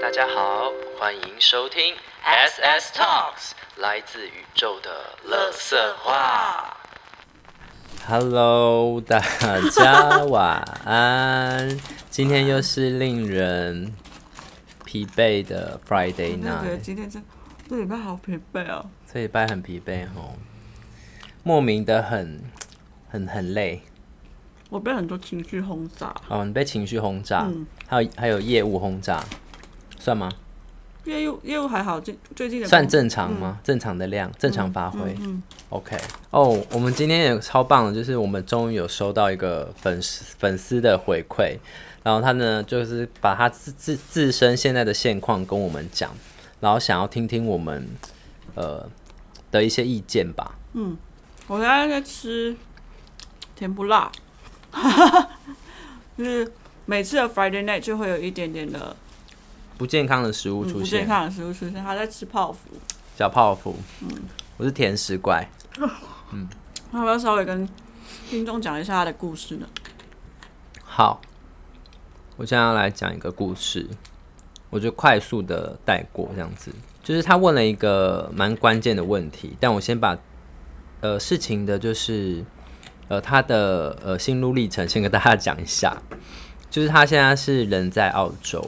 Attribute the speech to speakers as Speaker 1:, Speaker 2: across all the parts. Speaker 1: 大家好，欢迎收听 SS Talks，来自宇宙的乐色话。Hello，大家晚安。今天又是令人疲惫的 Friday
Speaker 2: 我真的觉得
Speaker 1: night，
Speaker 2: 今天这这礼拜好疲惫哦。
Speaker 1: 这礼拜很疲惫哦，莫名的很很很累
Speaker 2: 我被很多情绪轰炸，
Speaker 1: 哦，你被情绪轰炸，
Speaker 2: 嗯
Speaker 1: 还有还有业务轰炸，算吗？
Speaker 2: 业务业务还好，最最近的
Speaker 1: 算
Speaker 2: 工
Speaker 1: 正常吗？正常的量，正常发挥。
Speaker 2: 嗯
Speaker 1: OK，哦、我们今天也超棒的，就是我们终于有收到一个粉丝粉丝的回馈，然后他呢就是把他自自自身现在的现况跟我们讲，然后想要听听我们呃的一些意见吧。
Speaker 2: 我现在在吃甜不辣， 就是每次的 Friday night 就会有一点点的
Speaker 1: 不健康的食物
Speaker 2: 嗯
Speaker 1: 出
Speaker 2: 不
Speaker 1: 现
Speaker 2: 健，康的食物出现。他在吃泡芙，
Speaker 1: 小泡芙，
Speaker 2: 嗯
Speaker 1: 我是甜食怪。
Speaker 2: 那要不要稍微跟听众讲一下他的故事呢？
Speaker 1: 好，我现在要来讲一个故事，我就快速的带过这样子。就是他问了一个蛮关键的问题，但我先把呃事情的，就是呃他的呃心路历程先跟大家讲一下。就是他现在是人在澳洲，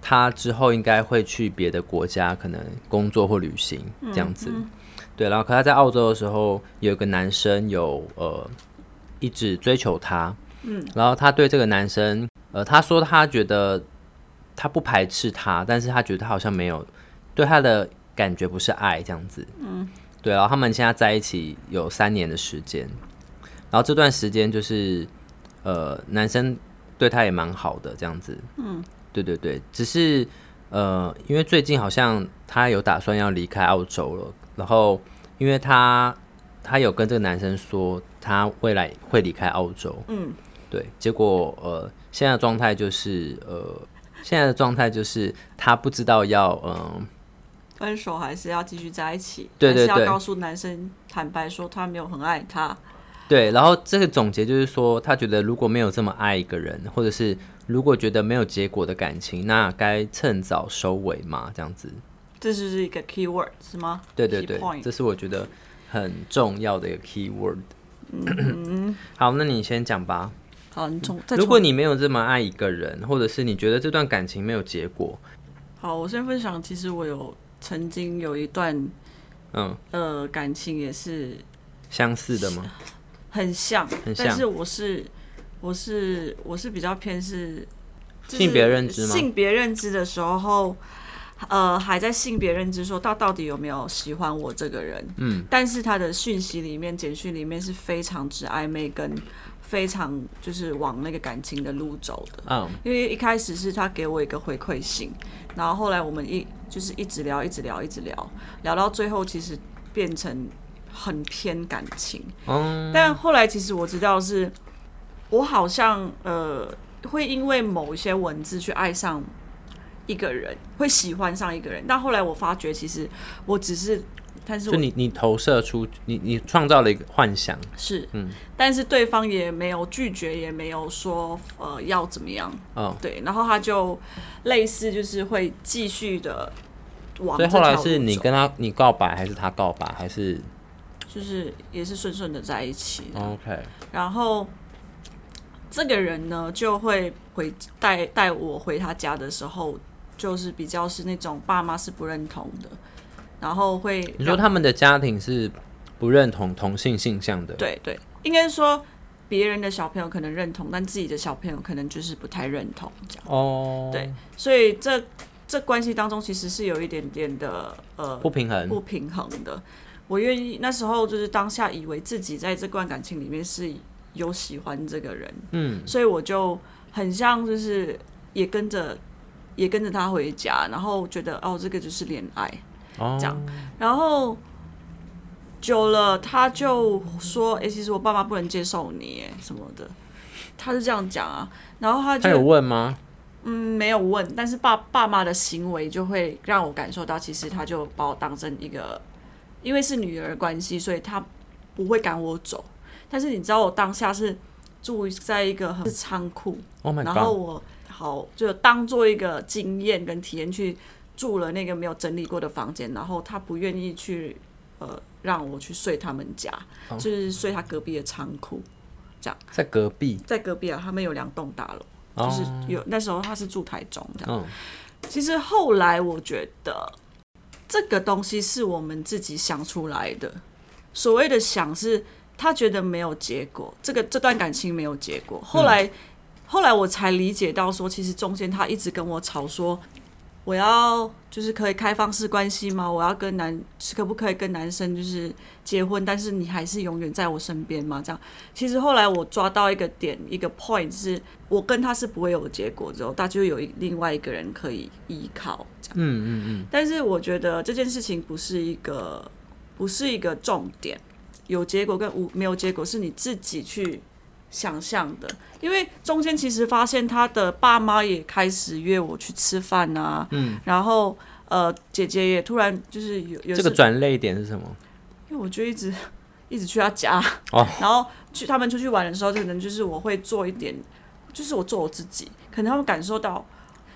Speaker 1: 他之后应该会去别的国家，可能工作或旅行这样子。对，然后可他在澳洲的时候，有一个男生有呃一直追求他，然后他对这个男生，呃，他说他觉得他不排斥他，但是他觉得他好像没有对他的感觉不是爱这样子。嗯，对。然后他们现在在一起有三年的时间，然后这段时间就是呃，男生对他也蛮好的这样子。嗯，对对对，只是呃，因为最近好像他有打算要离开澳洲了，然后因为他。他有跟这个男生说，他未来会离开澳洲，对，结果呃，现在的状态就是呃，现在的状态就是他不知道要嗯、
Speaker 2: 分手还是要继续在一起？
Speaker 1: 对对
Speaker 2: 还是
Speaker 1: 对
Speaker 2: 要告诉男生坦白说他没有很爱他。
Speaker 1: 对，然后这个总结就是说，他觉得如果没有这么爱一个人，或者是如果觉得没有结果的感情，那该趁早收尾嘛，这样子。
Speaker 2: 这就是一个 key word 是吗？
Speaker 1: 对对
Speaker 2: Key
Speaker 1: 对
Speaker 2: point，
Speaker 1: 这是我觉得很重要的一个 key word。好， 那你先讲吧。
Speaker 2: 好，你从再
Speaker 1: 如
Speaker 2: 嗯从
Speaker 1: 果你没有这么爱一个人，或者是你觉得这段感情没有结果，
Speaker 2: 好，我先分享，其实我有曾经有一段
Speaker 1: 嗯，
Speaker 2: 呃感情也是
Speaker 1: 相似的吗？
Speaker 2: 很像，
Speaker 1: 很像
Speaker 2: 但是我是我是我是比较偏是、就是
Speaker 1: 性别认知吗
Speaker 2: 性别认知的时候。呃，还在性别认知说他到底有没有喜欢我这个人，嗯，但是他的讯息里面、简讯里面是非常之暧昧，跟非常就是往那个感情的路走的，
Speaker 1: 嗯，
Speaker 2: 因为一开始是他给我一个回馈信，然后后来我们一就是一直聊，一直聊，一直聊，聊到最后其实变成很偏感情。
Speaker 1: 哦，
Speaker 2: 但后来其实我知道是，我好像呃会因为某一些文字去爱上一个人，会喜欢上一个人。但后来我发觉，其实我只是，但是
Speaker 1: 就
Speaker 2: 我
Speaker 1: 你你投射出你你创造了一个幻想，
Speaker 2: 是，
Speaker 1: 嗯
Speaker 2: 但是对方也没有拒绝，也没有说呃要怎么样。
Speaker 1: 嗯，
Speaker 2: 对，然后他就类似就是会继续的
Speaker 1: 所
Speaker 2: 往这
Speaker 1: 以后
Speaker 2: 条路
Speaker 1: 来
Speaker 2: 走，
Speaker 1: 是你跟他你告白还是他告白还是
Speaker 2: 就是也是顺顺的在一起的，
Speaker 1: OK？
Speaker 2: 然
Speaker 1: 哦
Speaker 2: 后这个人呢就会回带带我回他家的时候，就是比较是那种爸妈是不认同的，然后会
Speaker 1: 你说
Speaker 2: 让
Speaker 1: 他们的家庭是不认同同性性向的，
Speaker 2: 对对，应该说别人的小朋友可能认同，但自己的小朋友可能就是不太认同这样。
Speaker 1: 哦，
Speaker 2: 对，所以这这关系当中其实是有一点点的呃
Speaker 1: 不平衡
Speaker 2: 不平衡的。我愿意那时候就是当下以为自己在这段感情里面是有喜欢这个人，嗯，所以我就很像就是也跟着也跟着他回家，然后觉得哦这个就是恋爱，
Speaker 1: 哦，
Speaker 2: 这样然后久了，他就说：“哎、其实我爸妈不能接受你耶什么的。”他是这样讲啊，然后他就
Speaker 1: 他有问吗？
Speaker 2: 嗯没有问，但是爸爸妈的行为就会让我感受到，其实他就把我当成一个，因为是女儿关系，所以他不会赶我走。但是你知道，我当下是住在一个很仓库，
Speaker 1: Oh my
Speaker 2: 然后
Speaker 1: god！
Speaker 2: 我好，就当做一个经验跟体验去住了那个没有整理过的房间，然后他不愿意去呃让我去睡他们家，就是睡他隔壁的仓库，
Speaker 1: 在隔壁，
Speaker 2: 在隔壁啊，他们有两栋大楼，
Speaker 1: 哦
Speaker 2: 就是有那时候他是住台中这样。
Speaker 1: 嗯，
Speaker 2: 其实后来我觉得这个东西是我们自己想出来的。所谓的想是，他觉得没有结果，这个这段感情没有结果。
Speaker 1: 嗯
Speaker 2: 后来，后来我才理解到说，其实中间他一直跟我吵说，我要就是可以开放式关系吗？我要跟男可不可以跟男生就是结婚？但是你还是永远在我身边吗？这样，其实后来我抓到一个点，一个 point 是我跟他是不会有结果之后，他就有一另外一个人可以依靠这样。嗯嗯嗯。但是我觉得这件事情不是一个不是一个重点，有结果跟无没有结果是你自己去想象的，因为中间其实发现他的爸妈也开始约我去吃饭啊，嗯，然后呃姐姐也突然就是有有
Speaker 1: 这个
Speaker 2: 时
Speaker 1: 转泪点是什么？
Speaker 2: 因为我就一直一直去他家，
Speaker 1: 哦
Speaker 2: 然后去他们出去玩的时候，可能就是我会做一点，就是我做我自己，可能他们感受到，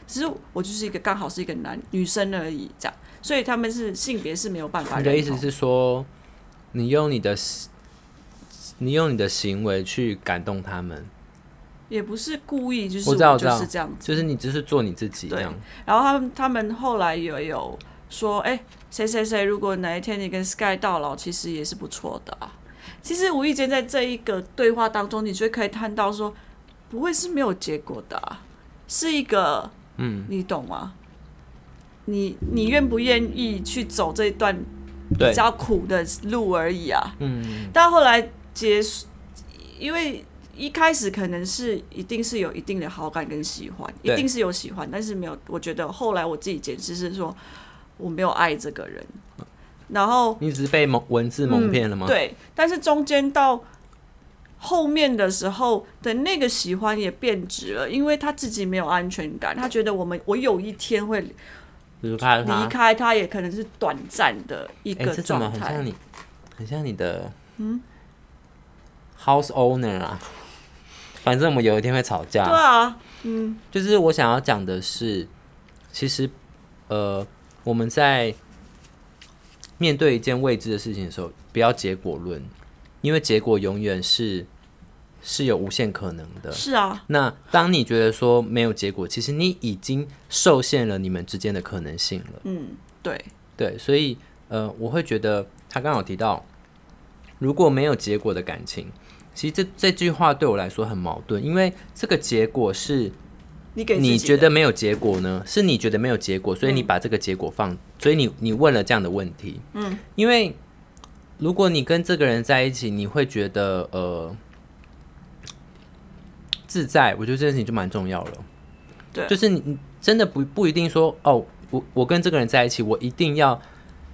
Speaker 2: 只是我就是一个刚好是一个男女生而已，这样，所以他们是性别是没有办法
Speaker 1: 你的
Speaker 2: 认
Speaker 1: 意思
Speaker 2: 同
Speaker 1: 是说，你用你的你用你的行为去感动他们，
Speaker 2: 也不是故意，就是
Speaker 1: 我知道我知
Speaker 2: 就
Speaker 1: 道
Speaker 2: 是这样子。
Speaker 1: 就是你只是做你自己这
Speaker 2: 对
Speaker 1: 样。
Speaker 2: 然后他们他们后来也有说，哎、谁谁谁，如果哪一天你跟 Sky 到老，其实也是不错的啊。其实无意间在这一个对话当中，你就可以看到说，不会是没有结果的、啊，是一个，嗯，你懂吗？你你愿不愿意去走这一段
Speaker 1: 对
Speaker 2: 比，较苦的路而已啊。嗯，但后来结束，因为一开始可能是一定是有一定的好感跟喜欢，一
Speaker 1: 对
Speaker 2: 定是有喜欢，但是没有。我觉得后来我自己解释是说，我没有爱这个人，
Speaker 1: 嗯
Speaker 2: 然后
Speaker 1: 你只是被蒙文字蒙骗了吗？，
Speaker 2: 嗯对，但是中间到后面的时候的那个喜欢也变质了，因为他自己没有安全感，他觉得我们我有一天会
Speaker 1: 就是怕他
Speaker 2: 离开他，也可能是短暂的一
Speaker 1: 哎、
Speaker 2: 个
Speaker 1: 这怎么
Speaker 2: 状
Speaker 1: 很
Speaker 2: 态。
Speaker 1: 像你，很像你的嗯，house owner 啊？反正我们有一天会吵架。
Speaker 2: 对啊，
Speaker 1: 就是我想要讲的是，其实呃，我们在面对一件未知的事情的时候，不要结果论，因为结果永远是是有无限可能的。
Speaker 2: 是啊，
Speaker 1: 那当你觉得说没有结果，其实你已经受限了你们之间的可能性了。
Speaker 2: 嗯，对，
Speaker 1: 对，所以呃，我会觉得他刚好提到，如果没有结果的感情，其实这这句话对我来说很矛盾，因为这个结果是
Speaker 2: 你给自己
Speaker 1: 你
Speaker 2: 的嗯
Speaker 1: 觉得没有结果呢？是你觉得没有结果，所以你把这个结果放，所以你你问了这样的问题。嗯，因为如果你跟这个人在一起，你会觉得呃自在，我觉得这件事情就蛮重要了。
Speaker 2: 对
Speaker 1: 就是你你真的不不一定说哦，我我跟这个人在一起，我一定要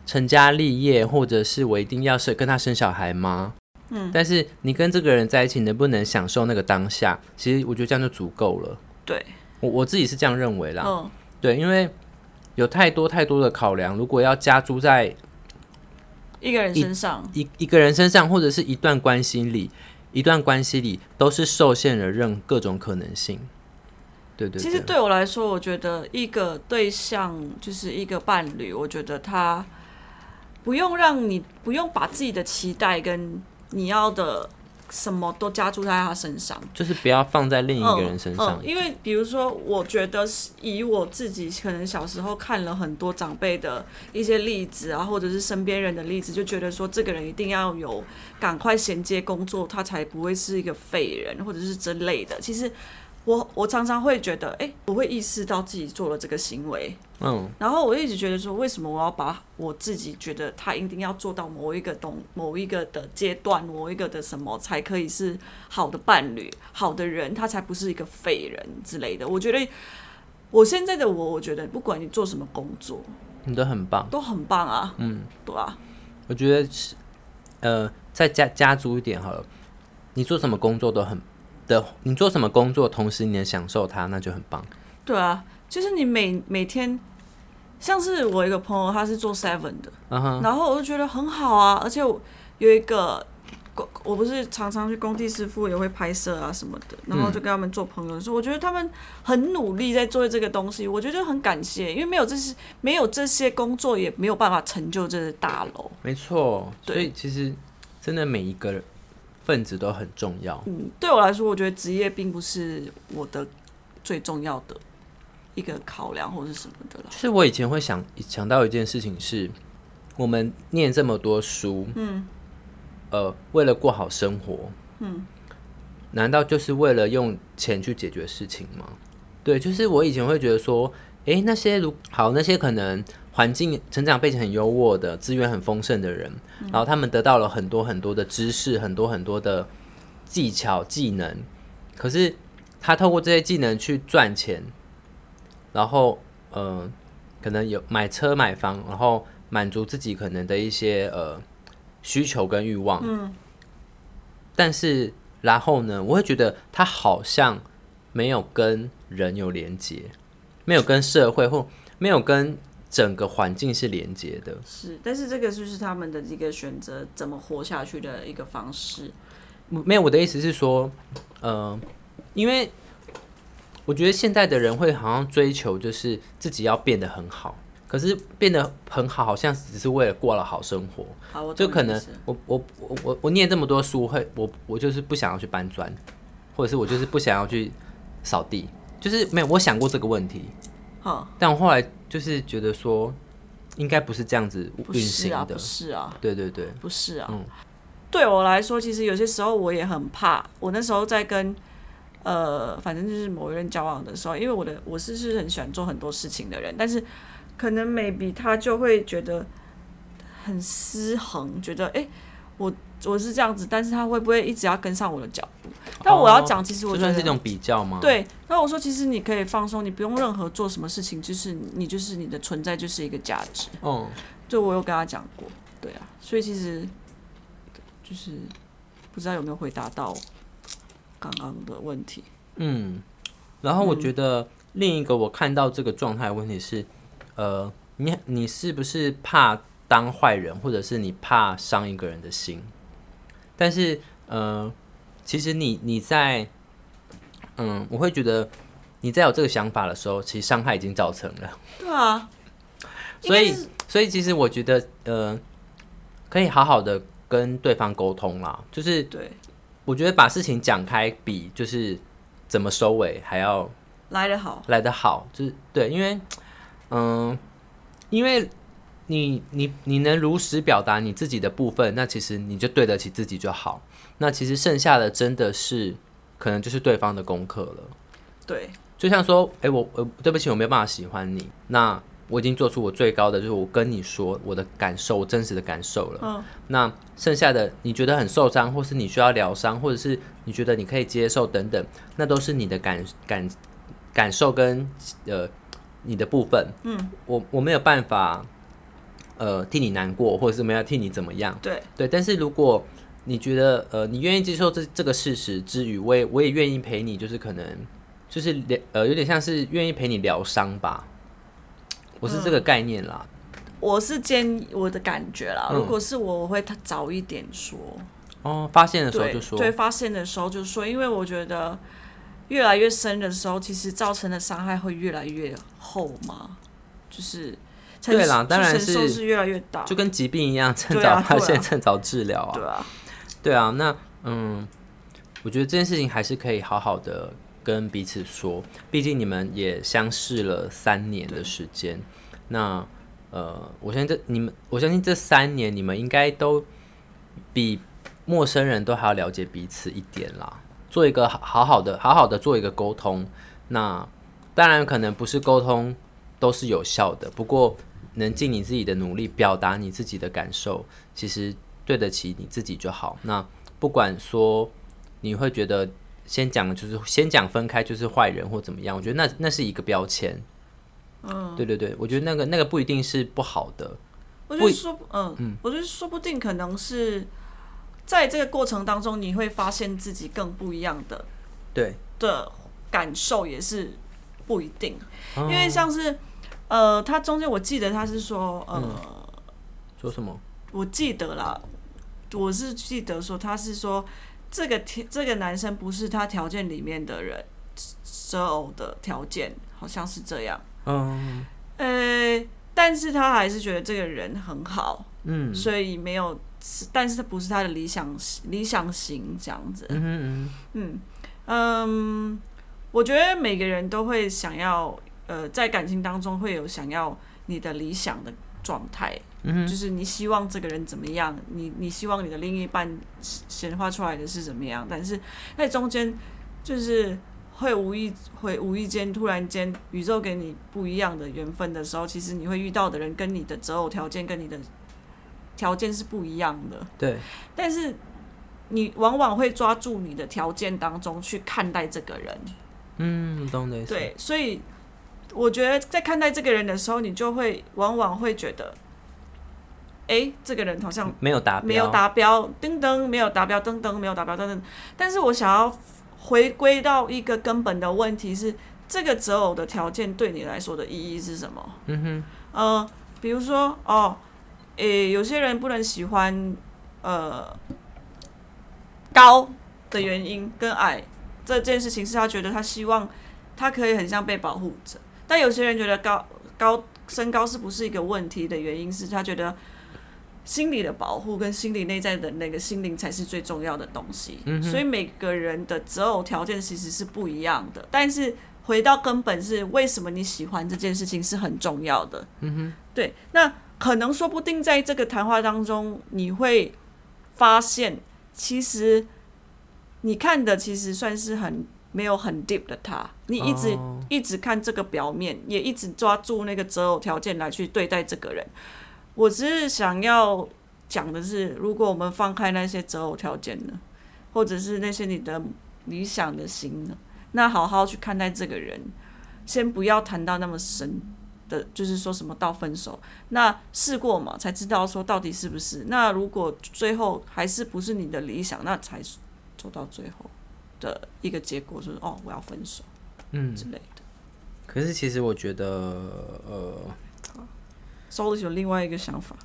Speaker 1: 成家立业，或者是我一定要是跟他生小孩吗？嗯，但是你跟这个人在一起，能不能享受那个当下？其实我觉得这样就足够了。
Speaker 2: 对，
Speaker 1: 我我自己是这样认为啦，
Speaker 2: 嗯，
Speaker 1: 对，因为有太多太多的考量，如果要加诸在
Speaker 2: 一个人身上，
Speaker 1: 一一个人身上，或者是一段关系里，一段关系里都是受限了任各种可能性。对对对，
Speaker 2: 其实对我来说，我觉得一个对象就是一个伴侣，我觉得他不用让你不用把自己的期待跟你要的什么都加注在他身上。
Speaker 1: 就是不要放在另一个
Speaker 2: 嗯
Speaker 1: 人身上
Speaker 2: 嗯。。因为比如说，我觉得是以我自己可能小时候看了很多长辈的一些例子啊，或者是身边人的例子，就觉得说这个人一定要有赶快衔接工作，他才不会是一个废人或者是之类的。其实我我常常会觉得，哎、我会意识到自己做了这个行为，
Speaker 1: 嗯，
Speaker 2: 然后我一直觉得说，为什么我要把我自己觉得他一定要做到某一个东、某一个的阶段、某一个的什么才可以是好的伴侣、好的人，他才不是一个废人之类的。我觉得我现在的我，我觉得不管你做什么工作，
Speaker 1: 你都很棒。
Speaker 2: 都很棒啊。嗯，对啊，
Speaker 1: 我觉得是，呃，再加加足一点好了。你做什么工作都很的，你做什么工作，同时你能享受它，那就很棒。
Speaker 2: 对啊，就是你每每天，像是我一个朋友，他是做 Seven 的，
Speaker 1: 嗯哼，
Speaker 2: 然后我就觉得很好啊，而且我有一个工，我不是常常去工地师傅也会拍摄啊什么的，
Speaker 1: 嗯
Speaker 2: 然后就跟他们做朋友的时候，我觉得他们很努力在做这个东西，我觉得很感谢，因为没有这些没有这些工作，也没有办法成就这大楼。
Speaker 1: 没错，所
Speaker 2: 对
Speaker 1: 以其实真的每一个分子都很重要。
Speaker 2: 嗯，对我来说，我觉得职业并不是我的最重要的一个考量或是什么的啦。
Speaker 1: 就是我以前会想想到一件事情是，我们念这么多书，嗯，呃，为了过好生活，嗯，难道就是为了用钱去解决事情吗？对，就是我以前会觉得说，诶，那些如好那些可能环境成长背景很优渥的、资源很丰盛的人，然后他们得到了很多很多的知识，很多很多的技巧、技能，可是他透过这些技能去赚钱，然后呃，可能有买车买房，然后满足自己可能的一些呃需求跟欲望。嗯。但是然后呢，我会觉得他好像没有跟人有连接，没有跟社会或没有跟整个环境是连接的。
Speaker 2: 是，但是这个就是他们的一个选择，怎么活下去的一个方式。
Speaker 1: 没有，我的意思是说，呃，因为我觉得现在的人会好像追求就是自己要变得很好，可是变得很好好像只是为了过了好生活。
Speaker 2: 好，我
Speaker 1: 就
Speaker 2: 懂
Speaker 1: 可
Speaker 2: 你的
Speaker 1: 能
Speaker 2: 意思
Speaker 1: 我我我我我念这么多书，会我我就是不想要去搬砖，或者是我就是不想要去扫地，就是没有我想过这个问题，
Speaker 2: 好，
Speaker 1: 但我后来就是觉得说，应该不是这样子
Speaker 2: 不
Speaker 1: 运
Speaker 2: 是
Speaker 1: 行
Speaker 2: 啊，
Speaker 1: 的，嗯
Speaker 2: 不是啊，
Speaker 1: 对对对，
Speaker 2: 不是啊。对我来说，其实有些时候我也很怕。我那时候在跟呃，反正就是某一任交往的时候，因为我的我是是很喜欢做很多事情的人，但是可能 maybe 他就会觉得很失衡，觉得诶，我我是这样子，但是他会不会一直要跟上我的脚步？但我要讲，其实我
Speaker 1: 哦这
Speaker 2: 觉得
Speaker 1: 算是一种比较吗？，
Speaker 2: 对，那我说其实你可以放松，你不用任何做什么事情，就是你就是你的存在就是一个价值。
Speaker 1: 嗯，
Speaker 2: 这我有跟他讲过，对啊，所以其实就是不知道有没有回答到刚刚的问题。
Speaker 1: 嗯，然后我觉得另一个我看到这个状态的问题是，呃，你你是不是怕当坏人，或者是你怕伤一个人的心？但是呃，其实你你在，嗯，我会觉得你在有这个想法的时候，其实伤害已经造成了。
Speaker 2: 对啊，应
Speaker 1: 所
Speaker 2: 该
Speaker 1: 以，所以其实我觉得，呃，可以好好的跟对方沟通啦。就是
Speaker 2: 对，
Speaker 1: 我觉得把事情讲开，比就是怎么收尾还要
Speaker 2: 来得好，
Speaker 1: 来得好，就是对，因为，嗯，因为你你你能如实表达你自己的部分，那其实你就对得起自己就好。那其实剩下的真的是可能就是对方的功课了。
Speaker 2: 对
Speaker 1: 就像说，哎、我我对不起，我没有办法喜欢你。那我已经做出我最高的，就是我跟你说我的感受，我真实的感受了。
Speaker 2: 嗯，
Speaker 1: 那剩下的你觉得很受伤，或是你需要疗伤，或者是你觉得你可以接受等等，那都是你的感感感受跟呃你的部分。嗯，我我没有办法呃替你难过，或者是没有替你怎么样。
Speaker 2: 对
Speaker 1: 对，但是如果你觉得呃，你愿意接受这这个事实之余，我也我也愿意陪你，就是可能就是疗呃，有点像是愿意陪你疗伤吧，我是这
Speaker 2: 嗯
Speaker 1: 个概念啦。
Speaker 2: 我是建议我的感觉啦。
Speaker 1: 嗯
Speaker 2: 如果是我，我会早一点说。
Speaker 1: 哦，发现的时候
Speaker 2: 对
Speaker 1: 就说，
Speaker 2: 对，发现的时候就说，因为我觉得越来越深的时候，其实造成的伤害会越来越厚嘛，就是承
Speaker 1: 对啦
Speaker 2: 就
Speaker 1: 当然
Speaker 2: 承受
Speaker 1: 是
Speaker 2: 是越来越大，
Speaker 1: 就跟疾病一样，趁
Speaker 2: 对
Speaker 1: 早
Speaker 2: 啊
Speaker 1: 发
Speaker 2: 对啊
Speaker 1: 现，趁早治疗啊
Speaker 2: 对。啊，
Speaker 1: 对啊，那嗯，我觉得这件事情还是可以好好的跟彼此说，毕竟你们也相识了三年的时间。那呃，我相信这你们，我相信这三年你们应该都比陌生人都还要了解彼此一点啦。做一个好好好的、好好的做一个沟通，那当然可能不是沟通都是有效的，不过能尽你自己的努力表达你自己的感受，其实对得起你自己就好。那不管说你会觉得先讲的就是先讲分开就是坏人或怎么样，我觉得那那是一个标签。嗯，对对对，我觉得那个那个不一定是不好的。
Speaker 2: 我觉得说，嗯，我觉得说不定可能是在这个过程当中，你会发现自己更不一样的
Speaker 1: 对，
Speaker 2: 的感受，也是不一定，
Speaker 1: 哦
Speaker 2: 因为像是呃，他
Speaker 1: 嗯
Speaker 2: 中间我记得他是说，呃，
Speaker 1: 说什么？
Speaker 2: 我记得啦，我是记得说他是说这个条这个男生不是他条件里面的人择偶的条件，好像是这样。
Speaker 1: 嗯
Speaker 2: 呃，但是他还是觉得这个人很好，
Speaker 1: 嗯
Speaker 2: 所以没有，但是他不是他的理想理想型这样子。
Speaker 1: 嗯哼
Speaker 2: 嗯嗯，我觉得每个人都会想要，呃，在感情当中会有想要你的理想的状态，
Speaker 1: 嗯
Speaker 2: 就
Speaker 1: 哼
Speaker 2: 是你希望这个人怎么样，你你希望你的另一半显化出来的是怎么样，但是在中间就是会无意会无意间突然间宇宙给你不一样的缘分的时候，其实你会遇到的人跟你的择偶条件跟你的条件是不一样的。
Speaker 1: 对，
Speaker 2: 但是你往往会抓住你的条件当中去看待这个人，
Speaker 1: 嗯，懂的意思。，
Speaker 2: 对，所以我觉得在看待这个人的时候，你就会往往会觉得，诶，这个人好像
Speaker 1: 没有达标，
Speaker 2: 没有达标，噔噔，没有达标，噔噔，没有达标，噔噔。但是我想要回归到一个根本的问题是，这个择偶的条件对你来说的意义是什么？
Speaker 1: 嗯哼，
Speaker 2: 呃，比如说哦，诶、有些人不能喜欢呃高的原因跟矮这件事情，是他觉得他希望他可以很像被保护者，但有些人觉得高高身高是不是一个问题的原因，是他觉得。心理的保护跟心理内在的那个心灵才是最重要的东西，
Speaker 1: 嗯哼
Speaker 2: 所以每个人的择偶条件其实是不一样的。但是回到根本是为什么你喜欢这件事情是很重要的，对，那可能说不定在这个谈话当中，你会发现，其实你看的其实算是很没有很 deep 的他，你一直、
Speaker 1: 哦
Speaker 2: 一直看这个表面，也一直抓住那个择偶条件来去对待这个人。我只是想要讲的是，如果我们放开那些择偶条件呢，或者是那些你的理想的型呢，那好好去看待这个人，先不要谈到那么深的，就是说什么到分手，那试过嘛，才知道说到底是不是。那如果最后还是不是你的理想，那才是走到最后的一个结果，就是哦，我要分手
Speaker 1: 嗯。
Speaker 2: 之类的。
Speaker 1: 可是其实我觉得，呃，
Speaker 2: 收了有另外一个想法，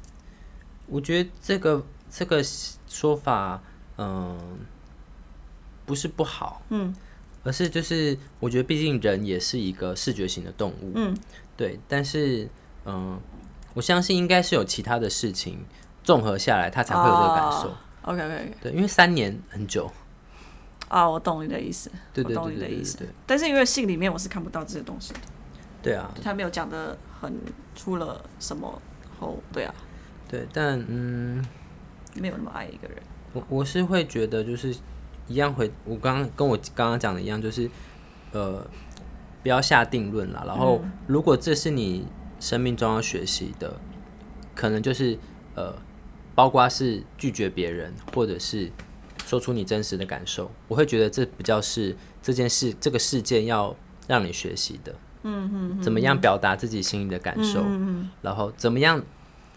Speaker 1: 我觉得这个这个说法，嗯、不是不好，
Speaker 2: 嗯，
Speaker 1: 而是就是我觉得，毕竟人也是一个视觉型的动物，
Speaker 2: 嗯，
Speaker 1: 对。但是，嗯、我相信应该是有其他的事情综合下来，他才会有这个感受。
Speaker 2: 哦 OK OK
Speaker 1: 对，因为三年很久，
Speaker 2: 啊，我懂你的意思，
Speaker 1: 对对
Speaker 2: 我懂
Speaker 1: 对
Speaker 2: 你
Speaker 1: 对
Speaker 2: 的
Speaker 1: 对
Speaker 2: 意
Speaker 1: 对
Speaker 2: 思
Speaker 1: 对，。
Speaker 2: 但是因为信里面我是看不到这些东西的，
Speaker 1: 对啊，
Speaker 2: 他没有讲的很出了什么后，对啊，
Speaker 1: 对。但嗯，
Speaker 2: 没有那么爱一个人，
Speaker 1: 我我是会觉得就是一样回我刚刚跟我刚刚讲的一样，就是呃不要下定论啦。然后如果这是你生命中要学习的，可能就是呃包括是拒绝别人，或者是说出你真实的感受，我会觉得这比较是这件事这个事件要让你学习的。嗯嗯，怎嗯么样表达自己心里的感受，然后怎么样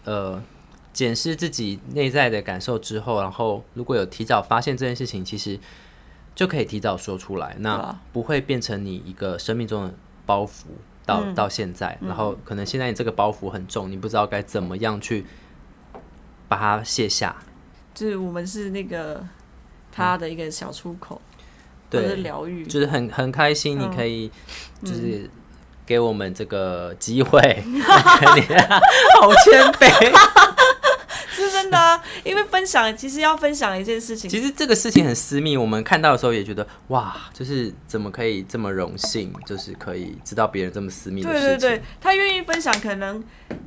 Speaker 1: 呃检视自己内在的感受之后，然后如果有提早发现这件事情，其实就可以提早说出来，
Speaker 2: 对
Speaker 1: 那
Speaker 2: 啊
Speaker 1: 不会变成你一个生命中的包袱。到
Speaker 2: 嗯
Speaker 1: 到现在，然后可能现在你这个包袱很重，你不知道该怎么样去把它卸下。
Speaker 2: 就是我们是那个他的一个小出口，或者是
Speaker 1: 对，
Speaker 2: 疗愈，
Speaker 1: 就是很很开心，你
Speaker 2: 嗯
Speaker 1: 可以就是给我们这个机 会， 你好谦卑。
Speaker 2: 是真的、啊，因为分享其实要分享一件事情，
Speaker 1: 其实这个事情很私密，我们看到的时候也觉得哇，就是怎么可以这么荣幸，就是可以知道别人这么私密的
Speaker 2: 对
Speaker 1: 事情。
Speaker 2: 对对，他愿意分享，可能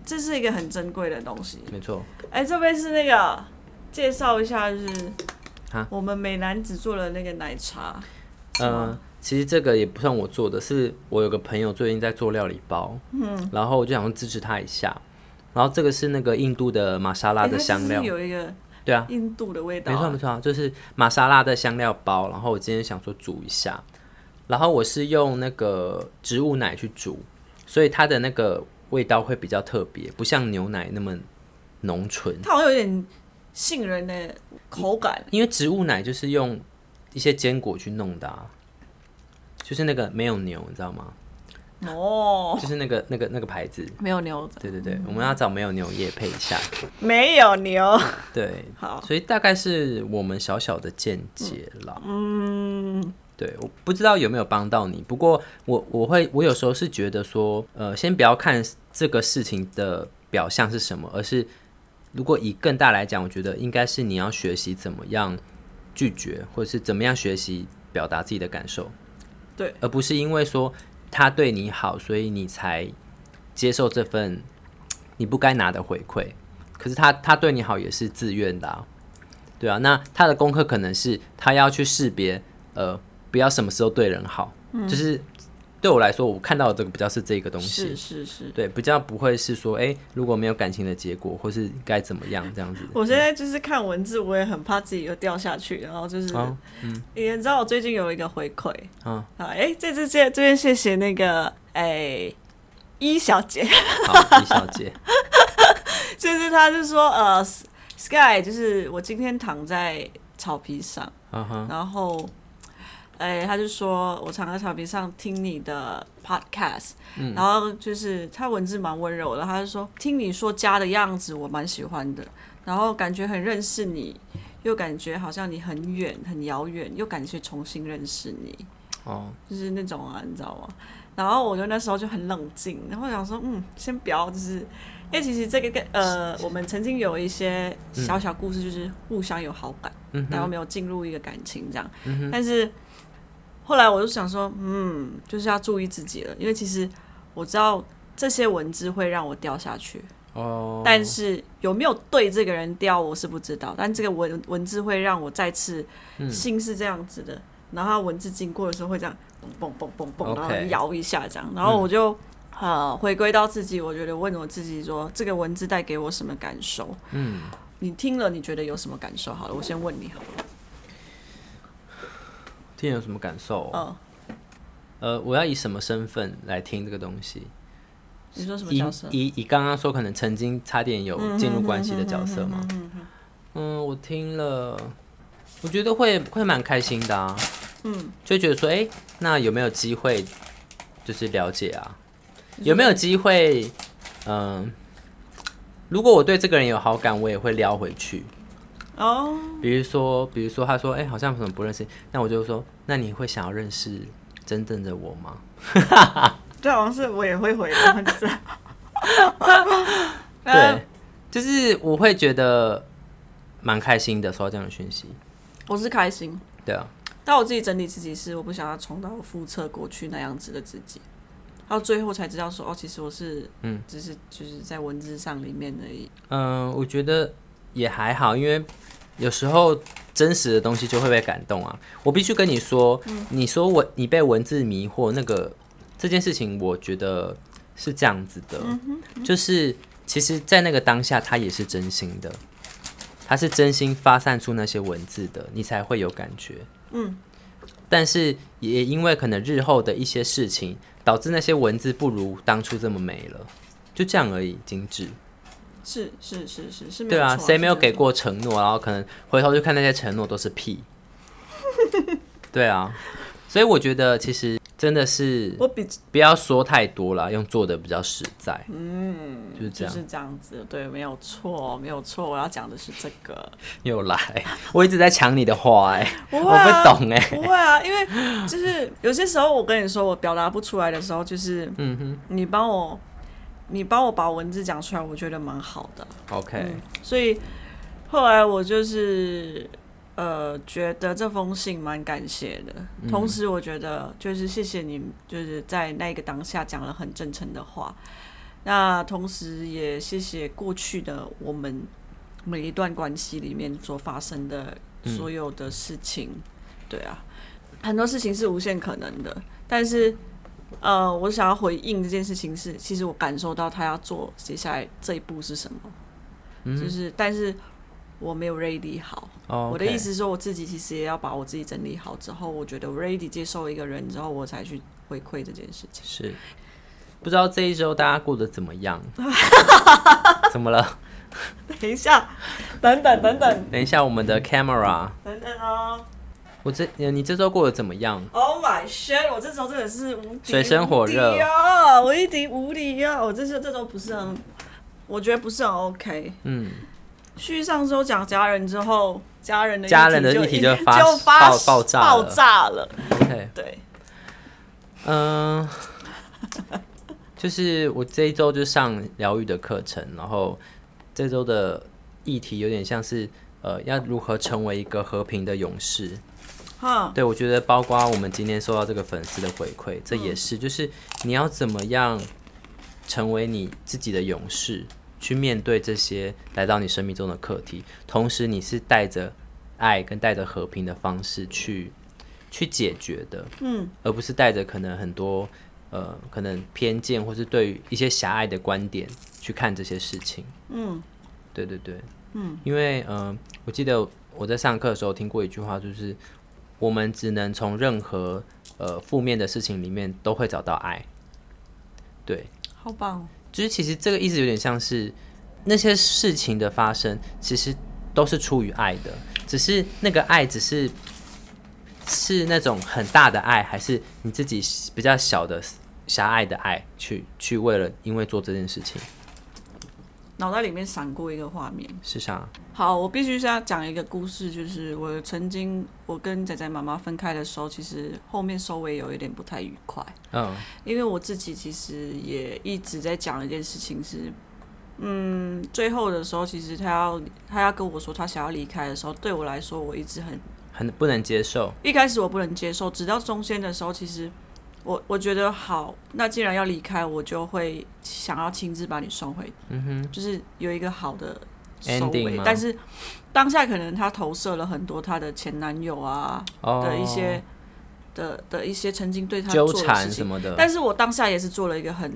Speaker 2: 这是一个很珍贵的东西。
Speaker 1: 没错。
Speaker 2: 哎、这边是那个介绍一下，就是
Speaker 1: 啊
Speaker 2: 我们美男子做了那个奶茶，
Speaker 1: 嗯、
Speaker 2: 吗
Speaker 1: 其实这个也不算我做的，是我有个朋友最近在做料理包，嗯，然后我就想说支持他一下。然后这个是那个印度的玛莎拉
Speaker 2: 哎
Speaker 1: 的
Speaker 2: 它
Speaker 1: 香
Speaker 2: 就
Speaker 1: 料
Speaker 2: 是，有一个
Speaker 1: 对啊，
Speaker 2: 印度的味道、
Speaker 1: 没错没错啊，就是玛莎拉的香料包，然后我今天想说煮一下，然后我是用那个植物奶去煮，所以它的那个味道会比较特别，不像牛奶那么浓醇，
Speaker 2: 它好像有点杏仁的口感，
Speaker 1: 因为植物奶就是用一些坚果去弄的、啊，就是那个没有牛，你知道吗？
Speaker 2: 哦，
Speaker 1: 就是那个那个那个牌子。
Speaker 2: 没有牛，
Speaker 1: 对对对，我们要找没有牛叶配一下。
Speaker 2: 没有牛，
Speaker 1: 对，
Speaker 2: 好
Speaker 1: 所以大概是我们小小的见解啦。嗯，对，我不知道有没有帮到你，不过我我会我有时候是觉得说，呃，先不要看这个事情的表象是什么，而是如果以更大来讲，我觉得应该是你要学习怎么样拒绝，或者是怎么样学习表达自己的感受。
Speaker 2: 对，
Speaker 1: 而不是因为说他对你好，所以你才接受这份你不该拿的回馈。可是他他对你好也是自愿的、啊，对啊。那他的功课可能是他要去识别，呃，不要什么时候对人好，
Speaker 2: 嗯
Speaker 1: 就是对我来说，我看到的这个比较是这个东西，
Speaker 2: 是是是。
Speaker 1: 对，比较不会是说，哎、如果没有感情的结果，或是该怎么样这样 子。
Speaker 2: 我现在就是看文字，我也很怕自己又掉下去，然后就是，
Speaker 1: 哦
Speaker 2: 你知道我最近有一个回馈，
Speaker 1: 嗯
Speaker 2: 啊，哎，这次这这边谢谢那个哎一小姐，
Speaker 1: 好，李小姐，
Speaker 2: 就是她就说呃，S-，Sky，就是我今天躺在草皮上，
Speaker 1: 嗯哼，
Speaker 2: 然后，哎、他就说我常在草坪上听你的 podcast，、然后就是他文字蛮温柔的，他就说听你说家的样子我蛮喜欢的，然后感觉很认识你，又感觉好像你很远很遥远，又感觉重新认识你，
Speaker 1: 哦，
Speaker 2: 就是那种啊，你知道吗？然后我就那时候就很冷静，然后想说，嗯，先不要，就是因为其实这个跟呃，我们曾经有一些小小故事，就是互相有好感，然后没有进入一个感情这样。但是后来我就想说，嗯，就是要注意自己了，因为其实我知道这些文字会让我掉下去，
Speaker 1: 哦，
Speaker 2: 但是有没有对这个人掉，我是不知道。但这个文文字会让我再次
Speaker 1: 嗯
Speaker 2: 心是这样子的，然后它文字经过的时候会这样蹦蹦蹦蹦
Speaker 1: OK
Speaker 2: 蹦，
Speaker 1: 嗯
Speaker 2: 然后摇一下这样，然后我就。呃，回归到自己，我觉得问我自己说，这个文字带给我什么感受？嗯，你听了你觉得有什么感受？好了，我先问你好了。
Speaker 1: 听有什么感受、
Speaker 2: 嗯，
Speaker 1: 呃，我要以什么身份来听这个东西？
Speaker 2: 你说什么
Speaker 1: 以
Speaker 2: 角色？
Speaker 1: 以以刚刚说可能曾经差点有进入关系的角色吗？嗯，我听了，我觉得会会蛮开心的啊。嗯，就觉得说，哎、那有没有机会就是了解啊？有没有机会？嗯、如果我对这个人有好感，我也会撩回去。
Speaker 2: 哦，
Speaker 1: 比如说，比如说，他说，哎、好像怎么不认识你？那我就说，那你会想要认识真正的我吗？
Speaker 2: 这好像是啊我也会回的，很赞 呃
Speaker 1: 对，就是我会觉得蛮开心的，收到这样的讯息。
Speaker 2: 我是开心，
Speaker 1: 对啊，
Speaker 2: 但我自己整理自己是，我不想要重蹈覆辙过去那样子的自己，到最后才知道说，哦，其实我是，嗯，只是就是在文字上里面而已。
Speaker 1: 嗯、我觉得也还好，因为有时候真实的东西就会被感动啊。我必须跟你说，你说我你被文字迷惑那个这件事情，我觉得是这样子的，就是其实，在那个当下，他也是真心的，他是真心发散出那些文字的，你才会有感觉。嗯，但是也因为可能日后的一些事情，导致那些文字不如当初这么美了，就这样而已，精致。
Speaker 2: 是是是是是，
Speaker 1: 对啊，
Speaker 2: 错
Speaker 1: 谁没有
Speaker 2: 是
Speaker 1: 给过承诺？然后可能回头去看那些承诺都是屁。 对啊，所以我觉得其实真的是
Speaker 2: 错？我比
Speaker 1: 不要说太多了，用做的比较实在。嗯，就是这
Speaker 2: 就
Speaker 1: 样。
Speaker 2: 是这样子，对，没有错，没有错，我要讲的是这个。
Speaker 1: 又来，我一直在抢你的话哎、
Speaker 2: 不
Speaker 1: 我
Speaker 2: 会啊
Speaker 1: 不懂哎、
Speaker 2: 不会啊，因为就是有些时候我跟你说我表达不出来的时候，就是，嗯哼，你帮我，你帮我把文字讲出来，我觉得蛮好的。
Speaker 1: OK，、
Speaker 2: 所以后来我就是呃，觉得这封信蛮感谢的，同时我觉得就是谢谢你，就是在那个当下讲了很真诚的话，那同时也谢谢过去的我们每一段关系里面所发生的所有的事情，对啊，很多事情是无限可能的，但是。呃，我想要回应这件事情是，其实我感受到他要做接下来这一步是什么，
Speaker 1: 嗯
Speaker 2: 就是但是我没有 ready 好。
Speaker 1: 哦，
Speaker 2: 我的意思是说，我自己其实也要把我自己整理好之后，我觉得我 ready 接受一个人之后，我才去回馈这件事情。
Speaker 1: 是，不知道这一周大家过得怎么样？怎么了？
Speaker 2: 等一下，等等等等
Speaker 1: 等一下，我们的 camera，
Speaker 2: 等等哦，
Speaker 1: 我这呃你这周过得怎么样？
Speaker 2: Oh my shit！我这周真的是无敌
Speaker 1: 水深火热
Speaker 2: 无敌啊！我一敌无敌啊！我这周这周不是很，我觉得不是很 OK。
Speaker 1: 嗯，
Speaker 2: 续上周讲家人之后，家人的
Speaker 1: 家人的
Speaker 2: 议
Speaker 1: 议题
Speaker 2: 就
Speaker 1: 就发
Speaker 2: 就发
Speaker 1: 爆爆炸
Speaker 2: 爆
Speaker 1: 了
Speaker 2: 炸了。
Speaker 1: OK，
Speaker 2: 对，
Speaker 1: 嗯、就是我这一周就上疗愈的课程，然后这周的议题有点像是呃，要如何成为一个和平的勇士。
Speaker 2: 哈，
Speaker 1: 对，我觉得包括我们今天收到这个粉丝的回馈，这也是，就是你要怎么样成为你自己的勇士，去面对这些来到你生命中的课题，同时你是带着爱跟带着和平的方式去去解决的，
Speaker 2: 嗯，
Speaker 1: 而不是带着可能很多呃可能偏见或是对于一些狭隘的观点去看这些事情。
Speaker 2: 嗯
Speaker 1: 对对对，嗯，因为嗯、呃我记得我在上课的时候听过一句话，就是我们只能从任何呃负面的事情里面都会找到爱。对，
Speaker 2: 好棒哦。
Speaker 1: 就是其实这个意思有点像是那些事情的发生，其实都是出于爱的，只是那个爱只是是那种很大的爱，还是你自己比较小的狭隘的爱，去去为了因为做这件事情
Speaker 2: 脑袋里面闪过一个画面。
Speaker 1: 是啥？
Speaker 2: 好，我必须是要讲一个故事，就是我曾经我跟仔仔妈妈分开的时候，其实后面收尾有一点不太愉快。
Speaker 1: 嗯
Speaker 2: 因为我自己其实也一直在讲一件事情是，嗯，最后的时候，其实他要他要跟我说他想要离开的时候，对我来说，我一直很
Speaker 1: 很不能接受。
Speaker 2: 一开始我不能接受，直到中间的时候，其实我我觉得好，那既然要离开，我就会想要亲自把你送回，
Speaker 1: 嗯哼。
Speaker 2: 就是有一个好的收
Speaker 1: Ending
Speaker 2: 尾
Speaker 1: 吗。
Speaker 2: 但是当下可能他投射了很多他的前男友啊
Speaker 1: 哦
Speaker 2: 的一些、的的一些曾经对他
Speaker 1: 纠
Speaker 2: 做的事
Speaker 1: 缠
Speaker 2: 情
Speaker 1: 什。么的，
Speaker 2: 但是我当下也是做了一个很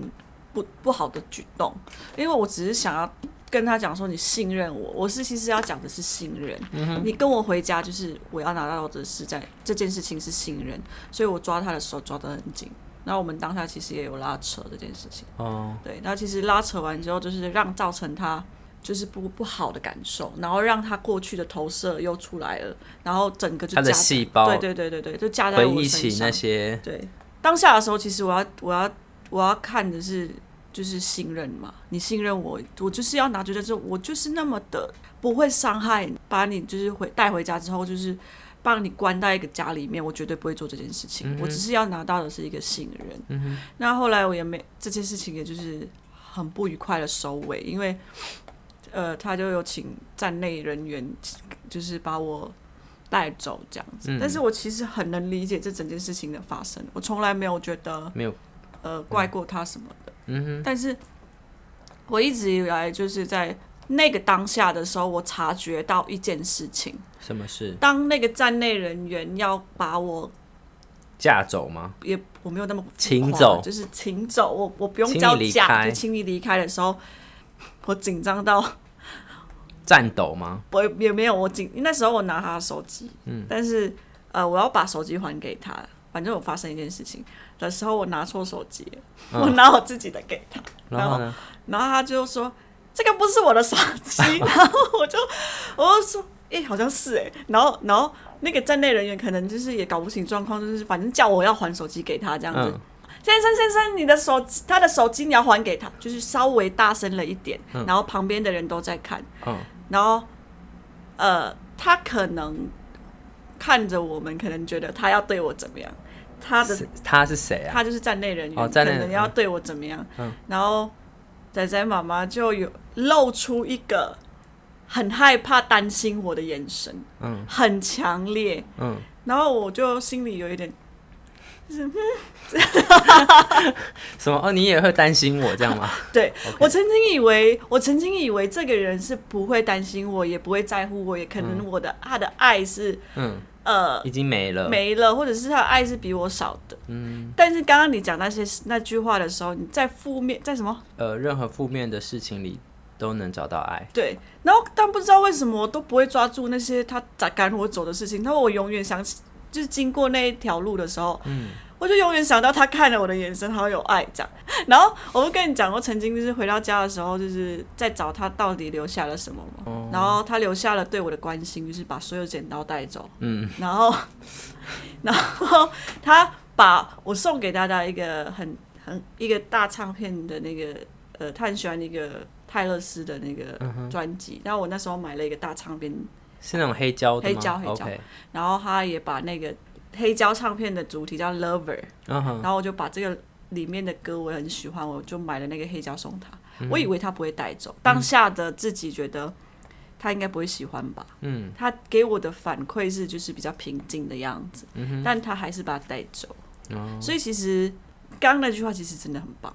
Speaker 2: 不不好的举动，因为我只是想要跟他讲说你信任我，我是其实要讲的是信任，
Speaker 1: 嗯
Speaker 2: 你跟我回家就是我要拿到的是在这件事情是信任，所以我抓他的手抓得很紧。那我们当下其实也有拉扯这件事情，
Speaker 1: 哦，
Speaker 2: 对，那其实拉扯完之后，就是让造成他就是不不好的感受，然后让他过去的投射又出来了，然后整个就
Speaker 1: 他的
Speaker 2: 加在
Speaker 1: 细胞
Speaker 2: 对对对对对，就加在
Speaker 1: 回
Speaker 2: 我
Speaker 1: 忆
Speaker 2: 身
Speaker 1: 起
Speaker 2: 上
Speaker 1: 那。些，
Speaker 2: 对，当下的时候，其实我要我要我要看的是就是信任嘛，你信任我，我就是要拿觉得这我就是那么的不会伤害你，把你就是回带回家之后就是。帮你关在一个家里面，我绝对不会做这件事情。我只是要拿到的是一个信任。嗯那后来我也没这件事情，也就是很不愉快的收尾，因为呃，他就有请站内人员，就是把我带走这样子。但是我其实很能理解这整件事情的发生，我从来没有觉得
Speaker 1: 没有
Speaker 2: 呃怪过他什么的。
Speaker 1: 嗯
Speaker 2: 哼，但是我一直以来就是在那个当下的时候，我察觉到一件事情：
Speaker 1: 什么事
Speaker 2: 当那个站内人员要把我
Speaker 1: 架走吗？
Speaker 2: 也我没有那么浮夸
Speaker 1: 请走
Speaker 2: 就是请走，我我不用
Speaker 1: 请你
Speaker 2: 交
Speaker 1: 离
Speaker 2: 假，
Speaker 1: 开
Speaker 2: 就请你离开的时候，我紧张到
Speaker 1: 战斗吗？
Speaker 2: 我也没有我紧，那时候我拿他的手机，嗯，但是呃，我要把手机还给他，反正我发生一件事情的时候，我拿错手机了，
Speaker 1: 嗯
Speaker 2: 我拿我自己的给他，
Speaker 1: 然后呢？
Speaker 2: 然后他就说这个不是我的手机，然后我就我就说，诶、好像是诶、然后然后那个站内人员可能就是也搞不清状况，就是反正叫我要还手机给他这样子。
Speaker 1: 嗯
Speaker 2: 先生，先生，你的手机，他的手机你要还给他，就是稍微大声了一点，然后旁边的人都在看，
Speaker 1: 嗯，
Speaker 2: 然后呃，他可能看着我们，可能觉得他要对我怎么样，他的
Speaker 1: 是他是谁啊？
Speaker 2: 他就是站内人员，
Speaker 1: 哦站内嗯
Speaker 2: 可能要对我怎么样。然后仔仔妈妈就有露出一个很害怕、担心我的眼神，
Speaker 1: 嗯
Speaker 2: 很强烈。
Speaker 1: 嗯，
Speaker 2: 然后我就心里有一点，
Speaker 1: 什么？哦，你也会担心我这样吗？
Speaker 2: 对我曾经以为，我曾经以为这个人是不会担心我，也不会在乎我，也可能我的、他的爱是
Speaker 1: 嗯，
Speaker 2: 呃
Speaker 1: 已经没了。
Speaker 2: 没了，或者是他的爱是比我少的。嗯，但是刚刚你讲那些那句话的时候，你在负面在什么？
Speaker 1: 呃，任何负面的事情里都能找到爱。
Speaker 2: 对，然后但不知道为什么我都不会抓住那些他赶我走的事情，他我永远想起，就是经过那一条路的时候，嗯，我就永远想到他看了我的眼神好有爱这样。然后我就跟你讲，我曾经就是回到家的时候，就是在找他到底留下了什么嘛。然后他留下了对我的关心，就是把所有剪刀带走。嗯，然后 然后他把我送给大家一个很很一个大唱片的那个呃，他很喜欢那个泰勒斯的那个专辑。然后我那时候买了一个大唱片，
Speaker 1: 是那种黑胶的吗？
Speaker 2: 黑胶黑胶
Speaker 1: OK，
Speaker 2: 然后他也把那个黑胶唱片的主题叫 Lover。
Speaker 1: 嗯哼，
Speaker 2: 然后我就把这个里面的歌我很喜欢，我就买了那个黑胶送他。我以为他不会带走，当下的自己觉得他应该不会喜欢吧。嗯，他给我的反馈是就是比较平静的样子，但他还是把它带走。所以其实刚刚那句话其实真的很棒。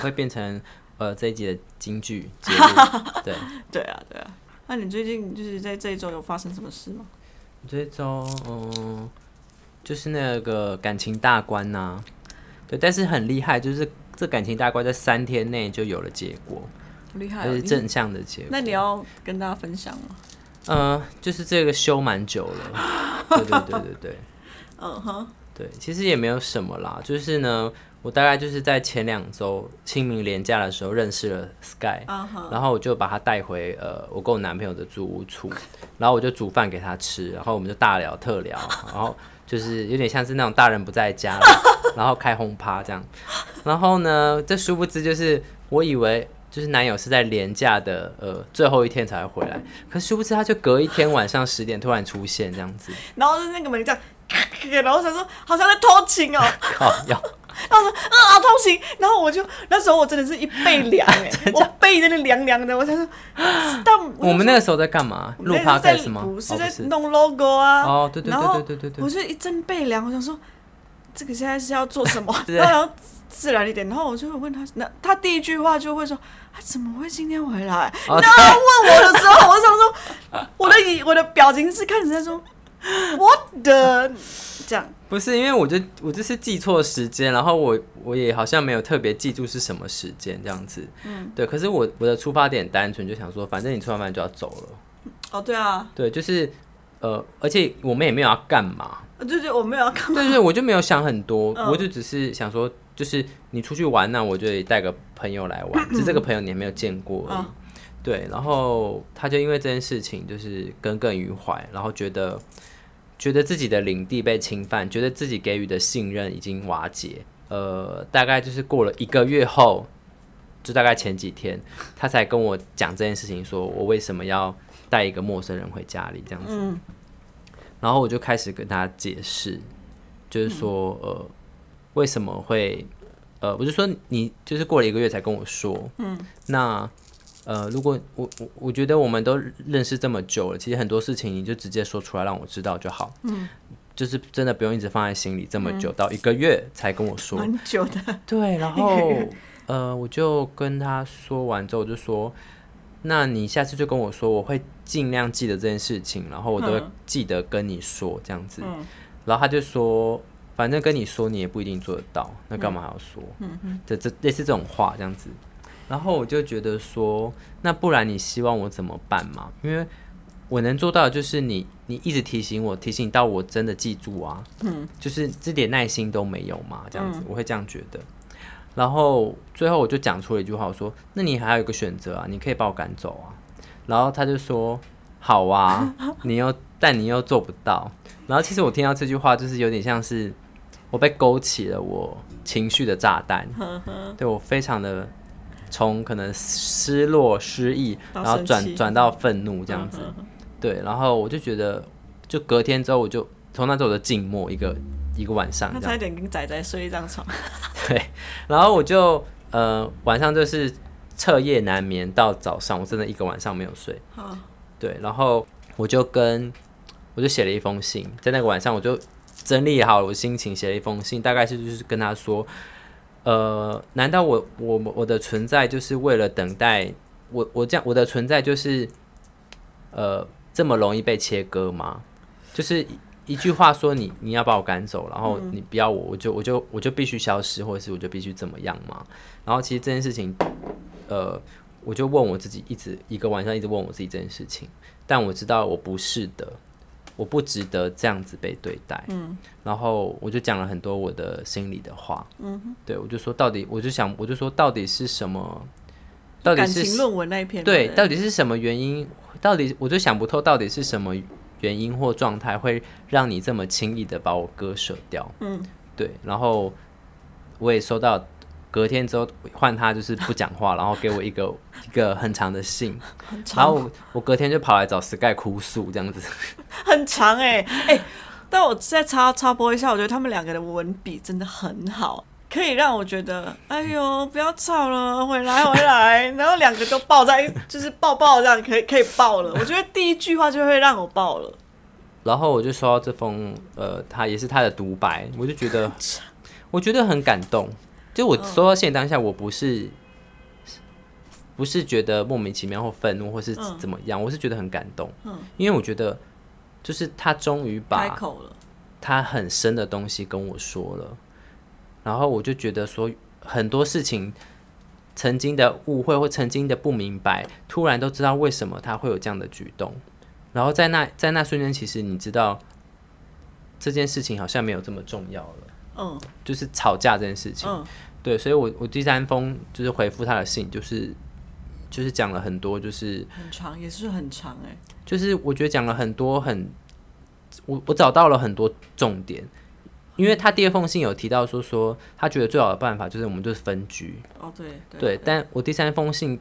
Speaker 1: 会变成呃这一集的金句 节目。对，
Speaker 2: 对啊，对啊。那你最近就是在这一周有发生什么事吗？
Speaker 1: 这周嗯，就是那个感情大关呐、对，但是很厉害，就是这感情大关在三天内就有了结果，
Speaker 2: 好厉害、
Speaker 1: 而
Speaker 2: 哦！
Speaker 1: 且
Speaker 2: 你
Speaker 1: 正向的结果。
Speaker 2: 那你要跟大家分享吗？
Speaker 1: 呃，就是这个修蛮久 了，对对对对对，
Speaker 2: 嗯哼，
Speaker 1: 对，其实也没有什么啦，就是呢，我大概就是在前两周清明连假的时候认识了 Sky，、
Speaker 2: 啊哈，
Speaker 1: 然后我就把他带回呃我跟我男朋友的租屋处，然后我就煮饭给他吃，然后我们就大聊特聊，然后就是有点像是那种大人不在家，然后开轰趴这样，然后呢，这殊不知就是我以为。就是男友是在连假的呃最后一天才会回来，可是殊不知他就隔一天晚上十点突然出现这样 子，
Speaker 2: 然后就是那个门这样，咔咔咔然后我想说好像在偷情哦，
Speaker 1: 靠要
Speaker 2: 他说啊好痛醒，然后我就那时候我真的是一背 凉哎、我背真的凉凉的，我才说，但
Speaker 1: 我们那
Speaker 2: 个
Speaker 1: 个时候在干嘛？录
Speaker 2: 那个
Speaker 1: podcast
Speaker 2: 是在
Speaker 1: 吗？
Speaker 2: 不
Speaker 1: 哦
Speaker 2: 是在弄 logo 啊，
Speaker 1: 哦，对对
Speaker 2: 然后
Speaker 1: 对对对对
Speaker 2: 我
Speaker 1: 对，
Speaker 2: 就一阵背凉，我想说这个现在是要做什么，
Speaker 1: 对
Speaker 2: 然后然后自然一点，然后我就会问他，那他第一句话就会说。他怎么会今天回来？
Speaker 1: 哦
Speaker 2: 然后他问我的时候，我想说，我的我的表情是看着他说，what the 这样，
Speaker 1: 不是因为我就我就是记错时间，然后我我也好像没有特别记住是什么时间这样子，嗯，对。可是我我的出发点单纯就想说，反正你吃完饭就要走了，
Speaker 2: 哦对啊，
Speaker 1: 对，就是呃，而且我们也没有要干嘛，
Speaker 2: 对对，我没有要 看，
Speaker 1: 对对，我就没有想很多，
Speaker 2: 嗯
Speaker 1: 我就只是想说，就是你出去玩那、我就带个朋友来玩，只是这个朋友你也没有见过而已。
Speaker 2: 嗯
Speaker 1: 对，然后他就因为这件事情就是耿耿于怀，然后觉得觉得自己的领地被侵犯，觉得自己给予的信任已经瓦解。呃，大概就是过了一个月后，就大概前几天，他才跟我讲这件事情，说我为什么要带一个陌生人回家里这样子。
Speaker 2: 嗯
Speaker 1: 然后我就开始跟他解释，就是说，呃，为什么会，呃，我就说你就是过了一个月才跟我说，嗯，那呃，如果我我我觉得我们都认识这么久了，其实很多事情你就直接说出来让我知道就好，嗯，就是真的不用一直放在心里这么久，到一个月才跟我说，
Speaker 2: 蛮久 的，
Speaker 1: 对，然 后呃，我就跟他说完之后，我就说，那你下次就跟我说，我会尽量记得这件事情，然后我都会
Speaker 2: 嗯
Speaker 1: 记得跟你说这样子。
Speaker 2: 嗯
Speaker 1: 然后他就说，反正跟你说你也不一定做得到，那干嘛还要说？
Speaker 2: 嗯嗯。
Speaker 1: 这这类似这种话这样子。然后我就觉得说，那不然你希望我怎么办嘛？因为我能做到的就是你，你一直提醒我，提醒到我真的记住啊，嗯，就是这点耐心都没有嘛，这
Speaker 2: 嗯
Speaker 1: 样子，我会这样觉得。然后最后我就讲出了一句话，我说：“那你还有一个选择啊，你可以把我赶走啊。”然后他就说：“好 啊，你又但你又做不到。”然后其实我听到这句话，就是有点像是我被勾起了我情绪的炸弹，对我非常的从可能失落、失意，
Speaker 2: 到
Speaker 1: 然后
Speaker 2: 生
Speaker 1: 转
Speaker 2: 气嗯
Speaker 1: 转到愤怒这样子。对，然后我就觉得，就隔天之后，我就从那之后我就静默一个一个晚上
Speaker 2: 他
Speaker 1: 这样。
Speaker 2: 差一点跟仔仔睡一张床，
Speaker 1: 然后我就呃晚上就是彻夜难眠到早上，我真的一个晚上没有睡。对，然后我就跟我就写了一封信，在那个晚上我就整理好了我心情，写了一封信，大概是就是跟他说，呃，难道我我我的存在就是为了等待我我这样我的存在就是呃这么容易被切割吗？就是一句话说你你要把我赶走，然后你不要我，我就我就我就必须消失，或者是我就必须怎么样嘛？然后其实这件事情，呃，我就问我自己，一直一个晚上一直问我自己这件事情，但我知道我不是的，我不值得这样子被对待，嗯，然后我就讲了很多我的心里的话，嗯，对我就说到底，我就想，我就说到底是什么，到底
Speaker 2: 感
Speaker 1: 是
Speaker 2: 情论文那一篇嘛，
Speaker 1: 对，
Speaker 2: 不
Speaker 1: 到底是什么原因？到底我就想不透，到底是什么原因或状态会让你这么轻易的把我割舍掉？嗯，对。然后我也收到，隔天之后换他就是不讲 话，然后给我一个一个很长的信，
Speaker 2: 很
Speaker 1: 然后
Speaker 2: 长
Speaker 1: 我我隔天就跑来找 Sky 哭诉这样子。
Speaker 2: 很长哎、哎、但我再插插播一下，我觉得他们两个的文笔真的很好。可以让我觉得，哎呦，不要吵了，回来回来，然后两个都抱在一，就是抱抱这样，可以可以 抱了。我觉得第一句话就会让我抱了，
Speaker 1: 然后我就收到这封，呃，他也是他的独白，我就觉 得，我觉得很感动。就我收到信的当下，我不是不是觉得莫名其妙或愤怒或是
Speaker 2: 嗯
Speaker 1: 怎么样，我是觉得很感动，
Speaker 2: 嗯
Speaker 1: 因为我觉得就是他终于
Speaker 2: 开
Speaker 1: 把
Speaker 2: 口了，
Speaker 1: 他很深的东西跟我说了，然后我就觉得说很多事情。曾经的误会或曾经的不明白，突然都知道为什么他会有这样的举动，然后在那在那瞬间，其实你知道这件事情好像没有这么重要了，
Speaker 2: 嗯
Speaker 1: 就是吵架这件事情。
Speaker 2: 嗯
Speaker 1: 对，所以我我第三封就是回复他的信，就是就是讲了很多，就是
Speaker 2: 很长，也是很长哎、
Speaker 1: 就是我觉得讲了很多很，我我找到了很多重点，因为他第二封信有提到说说他觉得最好的办法就是我们就是分居，
Speaker 2: 哦对对
Speaker 1: 对，但我第三封信。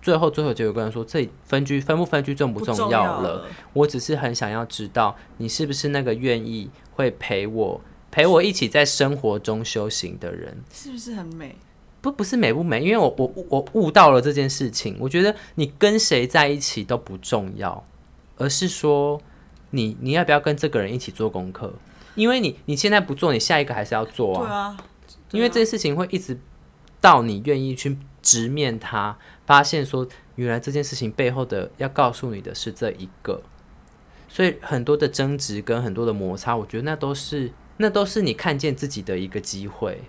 Speaker 1: 最后，最后结果跟他说，这分居分不分居重不
Speaker 2: 不
Speaker 1: 重
Speaker 2: 重
Speaker 1: 要了
Speaker 2: 了，，
Speaker 1: 我只是很想要知道你是不是那个愿意会陪我陪我一起在生活中修行的人。
Speaker 2: 是不是很美？
Speaker 1: 不不是美不美，因为我我我悟到了这件事情。我觉得你跟谁在一起都不重要，而是说你你要不要跟这个人一起做功课？因为你你现在不做，你下一个还是要做
Speaker 2: 对
Speaker 1: 啊。
Speaker 2: 啊，
Speaker 1: 因为这件事情会一直到你愿意去直面它，发现说原来这件事情背后的要告诉你的是这一个，所以很多的争执跟很多的摩擦，我觉得那都是那都是你看见自己的一个机会。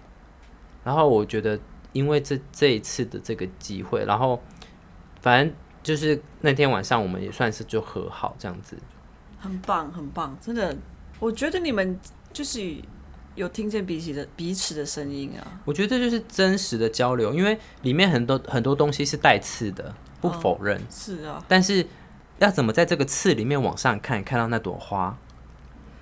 Speaker 1: 然后我觉得，因为这这一次的这个机会，然后反正就是那天晚上我们也算是就和好这样子。
Speaker 2: 很棒，很棒，真的，我觉得你们就是有听见彼此的彼此的声音啊，
Speaker 1: 我觉得这就是真实的交流，因为里面很多很多东西是带刺的，不
Speaker 2: 哦
Speaker 1: 否认。
Speaker 2: 是啊，
Speaker 1: 但是要怎么在这个刺里面往上看，看到那朵花，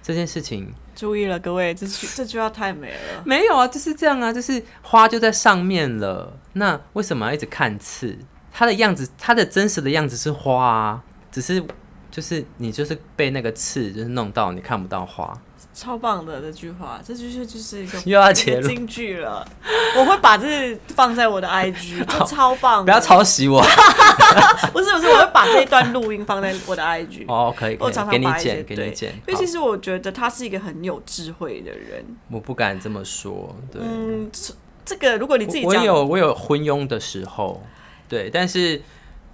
Speaker 1: 这件事情
Speaker 2: 注意了，各位，这 句这句话太美了，
Speaker 1: 没有啊，就是这样啊，就是花就在上面了，那为什么要一直看刺？它的样子，它的真实的样子是花啊，只是就是你就是被那个刺就是弄到你看不到花，
Speaker 2: 超棒的这句话，这句是就是一个
Speaker 1: 又要
Speaker 2: 一
Speaker 1: 结
Speaker 2: 个
Speaker 1: 论，
Speaker 2: 金句了，我会把这放在我 的 IG，就超棒的，
Speaker 1: 不要抄袭我
Speaker 2: 不是不是，我会把这一段录音放在我的 IG，
Speaker 1: 哦，可以，可
Speaker 2: 我
Speaker 1: 以
Speaker 2: 常常
Speaker 1: 给你
Speaker 2: 把一些
Speaker 1: 剪，给
Speaker 2: 对
Speaker 1: 你剪，
Speaker 2: 因为
Speaker 1: 好
Speaker 2: 其实我觉得他是一个很有智慧的人，
Speaker 1: 我不敢这么说，对。
Speaker 2: 嗯，这这个如果你自己
Speaker 1: 我我
Speaker 2: 讲，
Speaker 1: 有我有昏庸的时候，对，但是，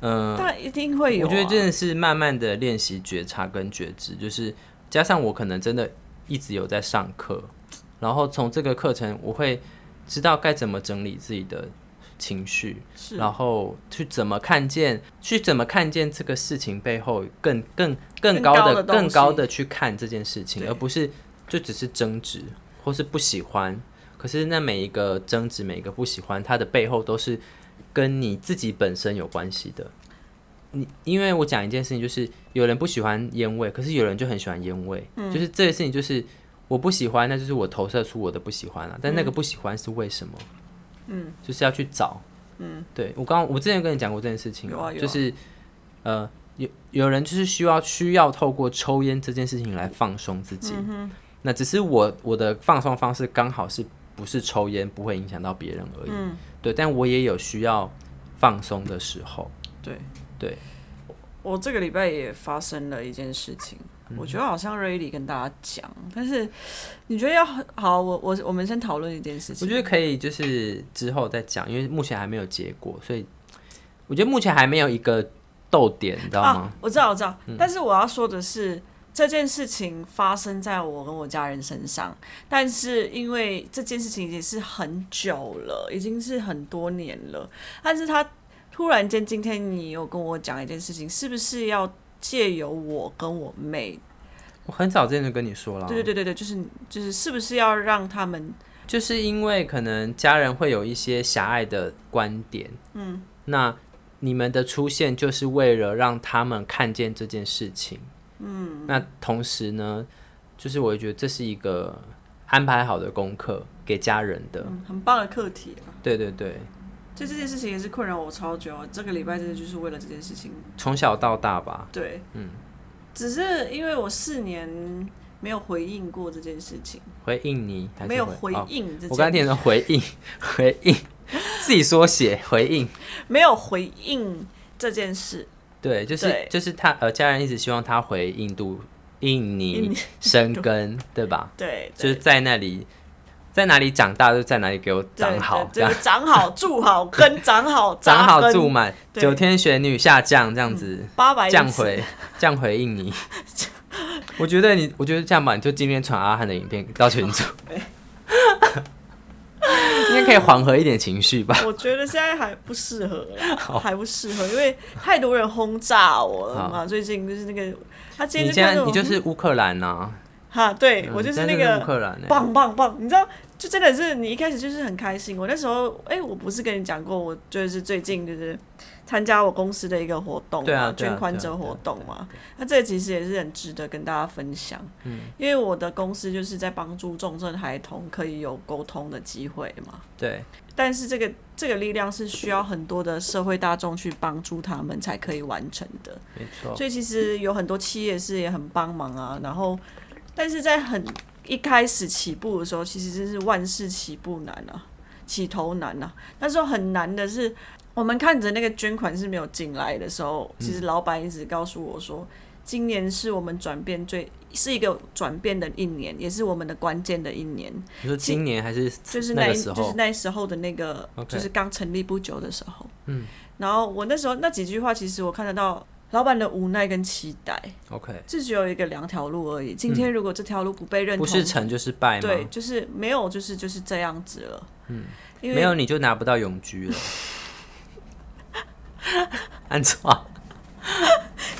Speaker 1: 嗯、
Speaker 2: 当然一定会有、
Speaker 1: 我
Speaker 2: 啊，
Speaker 1: 觉得真的是慢慢的练习觉察跟觉知，就是加上我可能真的一直有在上课，然后从这个课程我会知道该怎么整理自己的情绪，
Speaker 2: 是啊
Speaker 1: 然后去怎么看见，去怎么看见这个事情背后更更更
Speaker 2: 更
Speaker 1: 高
Speaker 2: 高
Speaker 1: 的
Speaker 2: 的东
Speaker 1: 更高
Speaker 2: 西
Speaker 1: 的去看这件事情，
Speaker 2: 对
Speaker 1: 而不是就只是争执或是不喜欢。可是那每一个争执，每一个不喜欢，它的背后都是跟你自己本身有关系的。你因为我讲一件事情，就是有人不喜欢烟味，可是有人就很喜欢烟味，
Speaker 2: 嗯
Speaker 1: 就是这个事情就是。我不喜欢，那就是我投射出我的不喜欢了、啊但那
Speaker 2: 嗯
Speaker 1: 个不喜欢是为什么？嗯，就是要去找。嗯，对我刚我之前跟你讲过这件事情嘛，
Speaker 2: 有啊有啊
Speaker 1: 就是呃，有有人就是需要需要透过抽烟这件事情来放松自己。
Speaker 2: 嗯
Speaker 1: 那只是我我的放松方式刚好是不是抽烟，不会影响到别人而已。
Speaker 2: 嗯
Speaker 1: 对，但我也有需要放松的时候。
Speaker 2: 对
Speaker 1: 对，
Speaker 2: 我这个礼拜也发生了一件事情，
Speaker 1: 嗯
Speaker 2: 我觉得好像 Rayleigh 跟大家讲，但是你觉得要好，我我我们先讨论一件事
Speaker 1: 我
Speaker 2: 情。
Speaker 1: 觉得可以，就是之后再讲，因为目前还没有结果，所以我觉得目前还没有一个逗点，你知道吗？嗯
Speaker 2: 啊，我知道我知道，但是我要说的是。这件事情发生在我跟我家人身上，但是因为这件事情已经是很久了，已经是很多年了。但是他突然间今天你有跟我讲一件事情，是不是要借由我跟我妹
Speaker 1: 我很早之前就跟你说了，
Speaker 2: 对对对对对，就是就是是不是要让他们
Speaker 1: 就是因为可能家人会有一些狭隘的观点，嗯，那你们的出现就是为了让他们看见这件事情，嗯，那同时呢，就是我也觉得这是一个安排好的功课给家人的，
Speaker 2: 嗯很棒的课题啊？
Speaker 1: 对对对，
Speaker 2: 就这件事情也是困扰我超久，啊这个礼拜真的就是为了这件事情
Speaker 1: 从小到大吧，
Speaker 2: 对，嗯，只是因为我四年没有回应过这件事情，
Speaker 1: 回应你还是
Speaker 2: 没有
Speaker 1: 回
Speaker 2: 回
Speaker 1: 哦
Speaker 2: 应这件事情、
Speaker 1: 我刚才听成回应， 回应，自己缩写回应。
Speaker 2: 没有回应这件事。
Speaker 1: 对，就是
Speaker 2: 对
Speaker 1: 就是他呃，家人一直希望他回印度、印
Speaker 2: 印
Speaker 1: 尼
Speaker 2: 尼
Speaker 1: 生根，对吧？
Speaker 2: 对，
Speaker 1: 就
Speaker 2: 对
Speaker 1: 是在那里，在哪里长大就在哪里给我长好，这
Speaker 2: 对
Speaker 1: 样
Speaker 2: 对，长好、住好、根长好、
Speaker 1: 长好
Speaker 2: 扎根
Speaker 1: 住满，
Speaker 2: 对嗯
Speaker 1: 九天玄女下降这样子，
Speaker 2: 八百
Speaker 1: 降
Speaker 2: 英尺
Speaker 1: 回降回印 尼。我觉得你，我觉得这样吧，你就今天传阿汉的影片到群 主，应该可以缓和一点情绪吧。
Speaker 2: 我觉得现在还不适合 啦，还不适合，因为太多人轰炸我了嘛。最近就是那个，他今
Speaker 1: 你
Speaker 2: 天
Speaker 1: 现
Speaker 2: 看
Speaker 1: 在
Speaker 2: 到
Speaker 1: 你就是乌克兰啊呐、
Speaker 2: 哈，对、
Speaker 1: 嗯
Speaker 2: 我就是
Speaker 1: 你
Speaker 2: 那
Speaker 1: 现在
Speaker 2: 个
Speaker 1: 乌克兰、欸，
Speaker 2: 棒棒棒，你知道，就真的是你一开始就是很开心。我那时候，哎、我不是跟你讲过，我就是最近就是参加我公司的一个活动嘛，
Speaker 1: 对啊对啊啊
Speaker 2: 捐款者活动嘛。那这其实也是很值得跟大家分享，嗯，因为我的公司就是在帮助重症孩童可以有沟通的机会嘛。
Speaker 1: 对
Speaker 2: 但是这个这个力量是需要很多的社会大众去帮助他们才可以完成的。
Speaker 1: 没错，
Speaker 2: 所以其实有很多企业是也很帮忙啊，然后但是在很一开始起步的时候，其实真是万事起步难啊，起头难啊。那时候很难的是，我们看着那个捐款是没有进来的时候，其实老板一直告诉我说，今年是我们转变最是一个转变的一年，也是我们的关键的一年。
Speaker 1: 你说今年还是
Speaker 2: 就是
Speaker 1: 那
Speaker 2: 那
Speaker 1: 个
Speaker 2: 一
Speaker 1: 时
Speaker 2: 就是
Speaker 1: 候，
Speaker 2: 那时候的那个
Speaker 1: OK
Speaker 2: 就是刚成立不久的时候。嗯，然后我那时候那几句话，其实我看得到老板的无奈跟期待，
Speaker 1: OK，
Speaker 2: 这只有一个两条路而已。今天如果这条路不被
Speaker 1: 嗯
Speaker 2: 认
Speaker 1: 不
Speaker 2: 同，
Speaker 1: 是成就是败吗？
Speaker 2: 对，就是没有，就是就是这样子了。嗯，因为
Speaker 1: 没有你就拿不到永居了。按照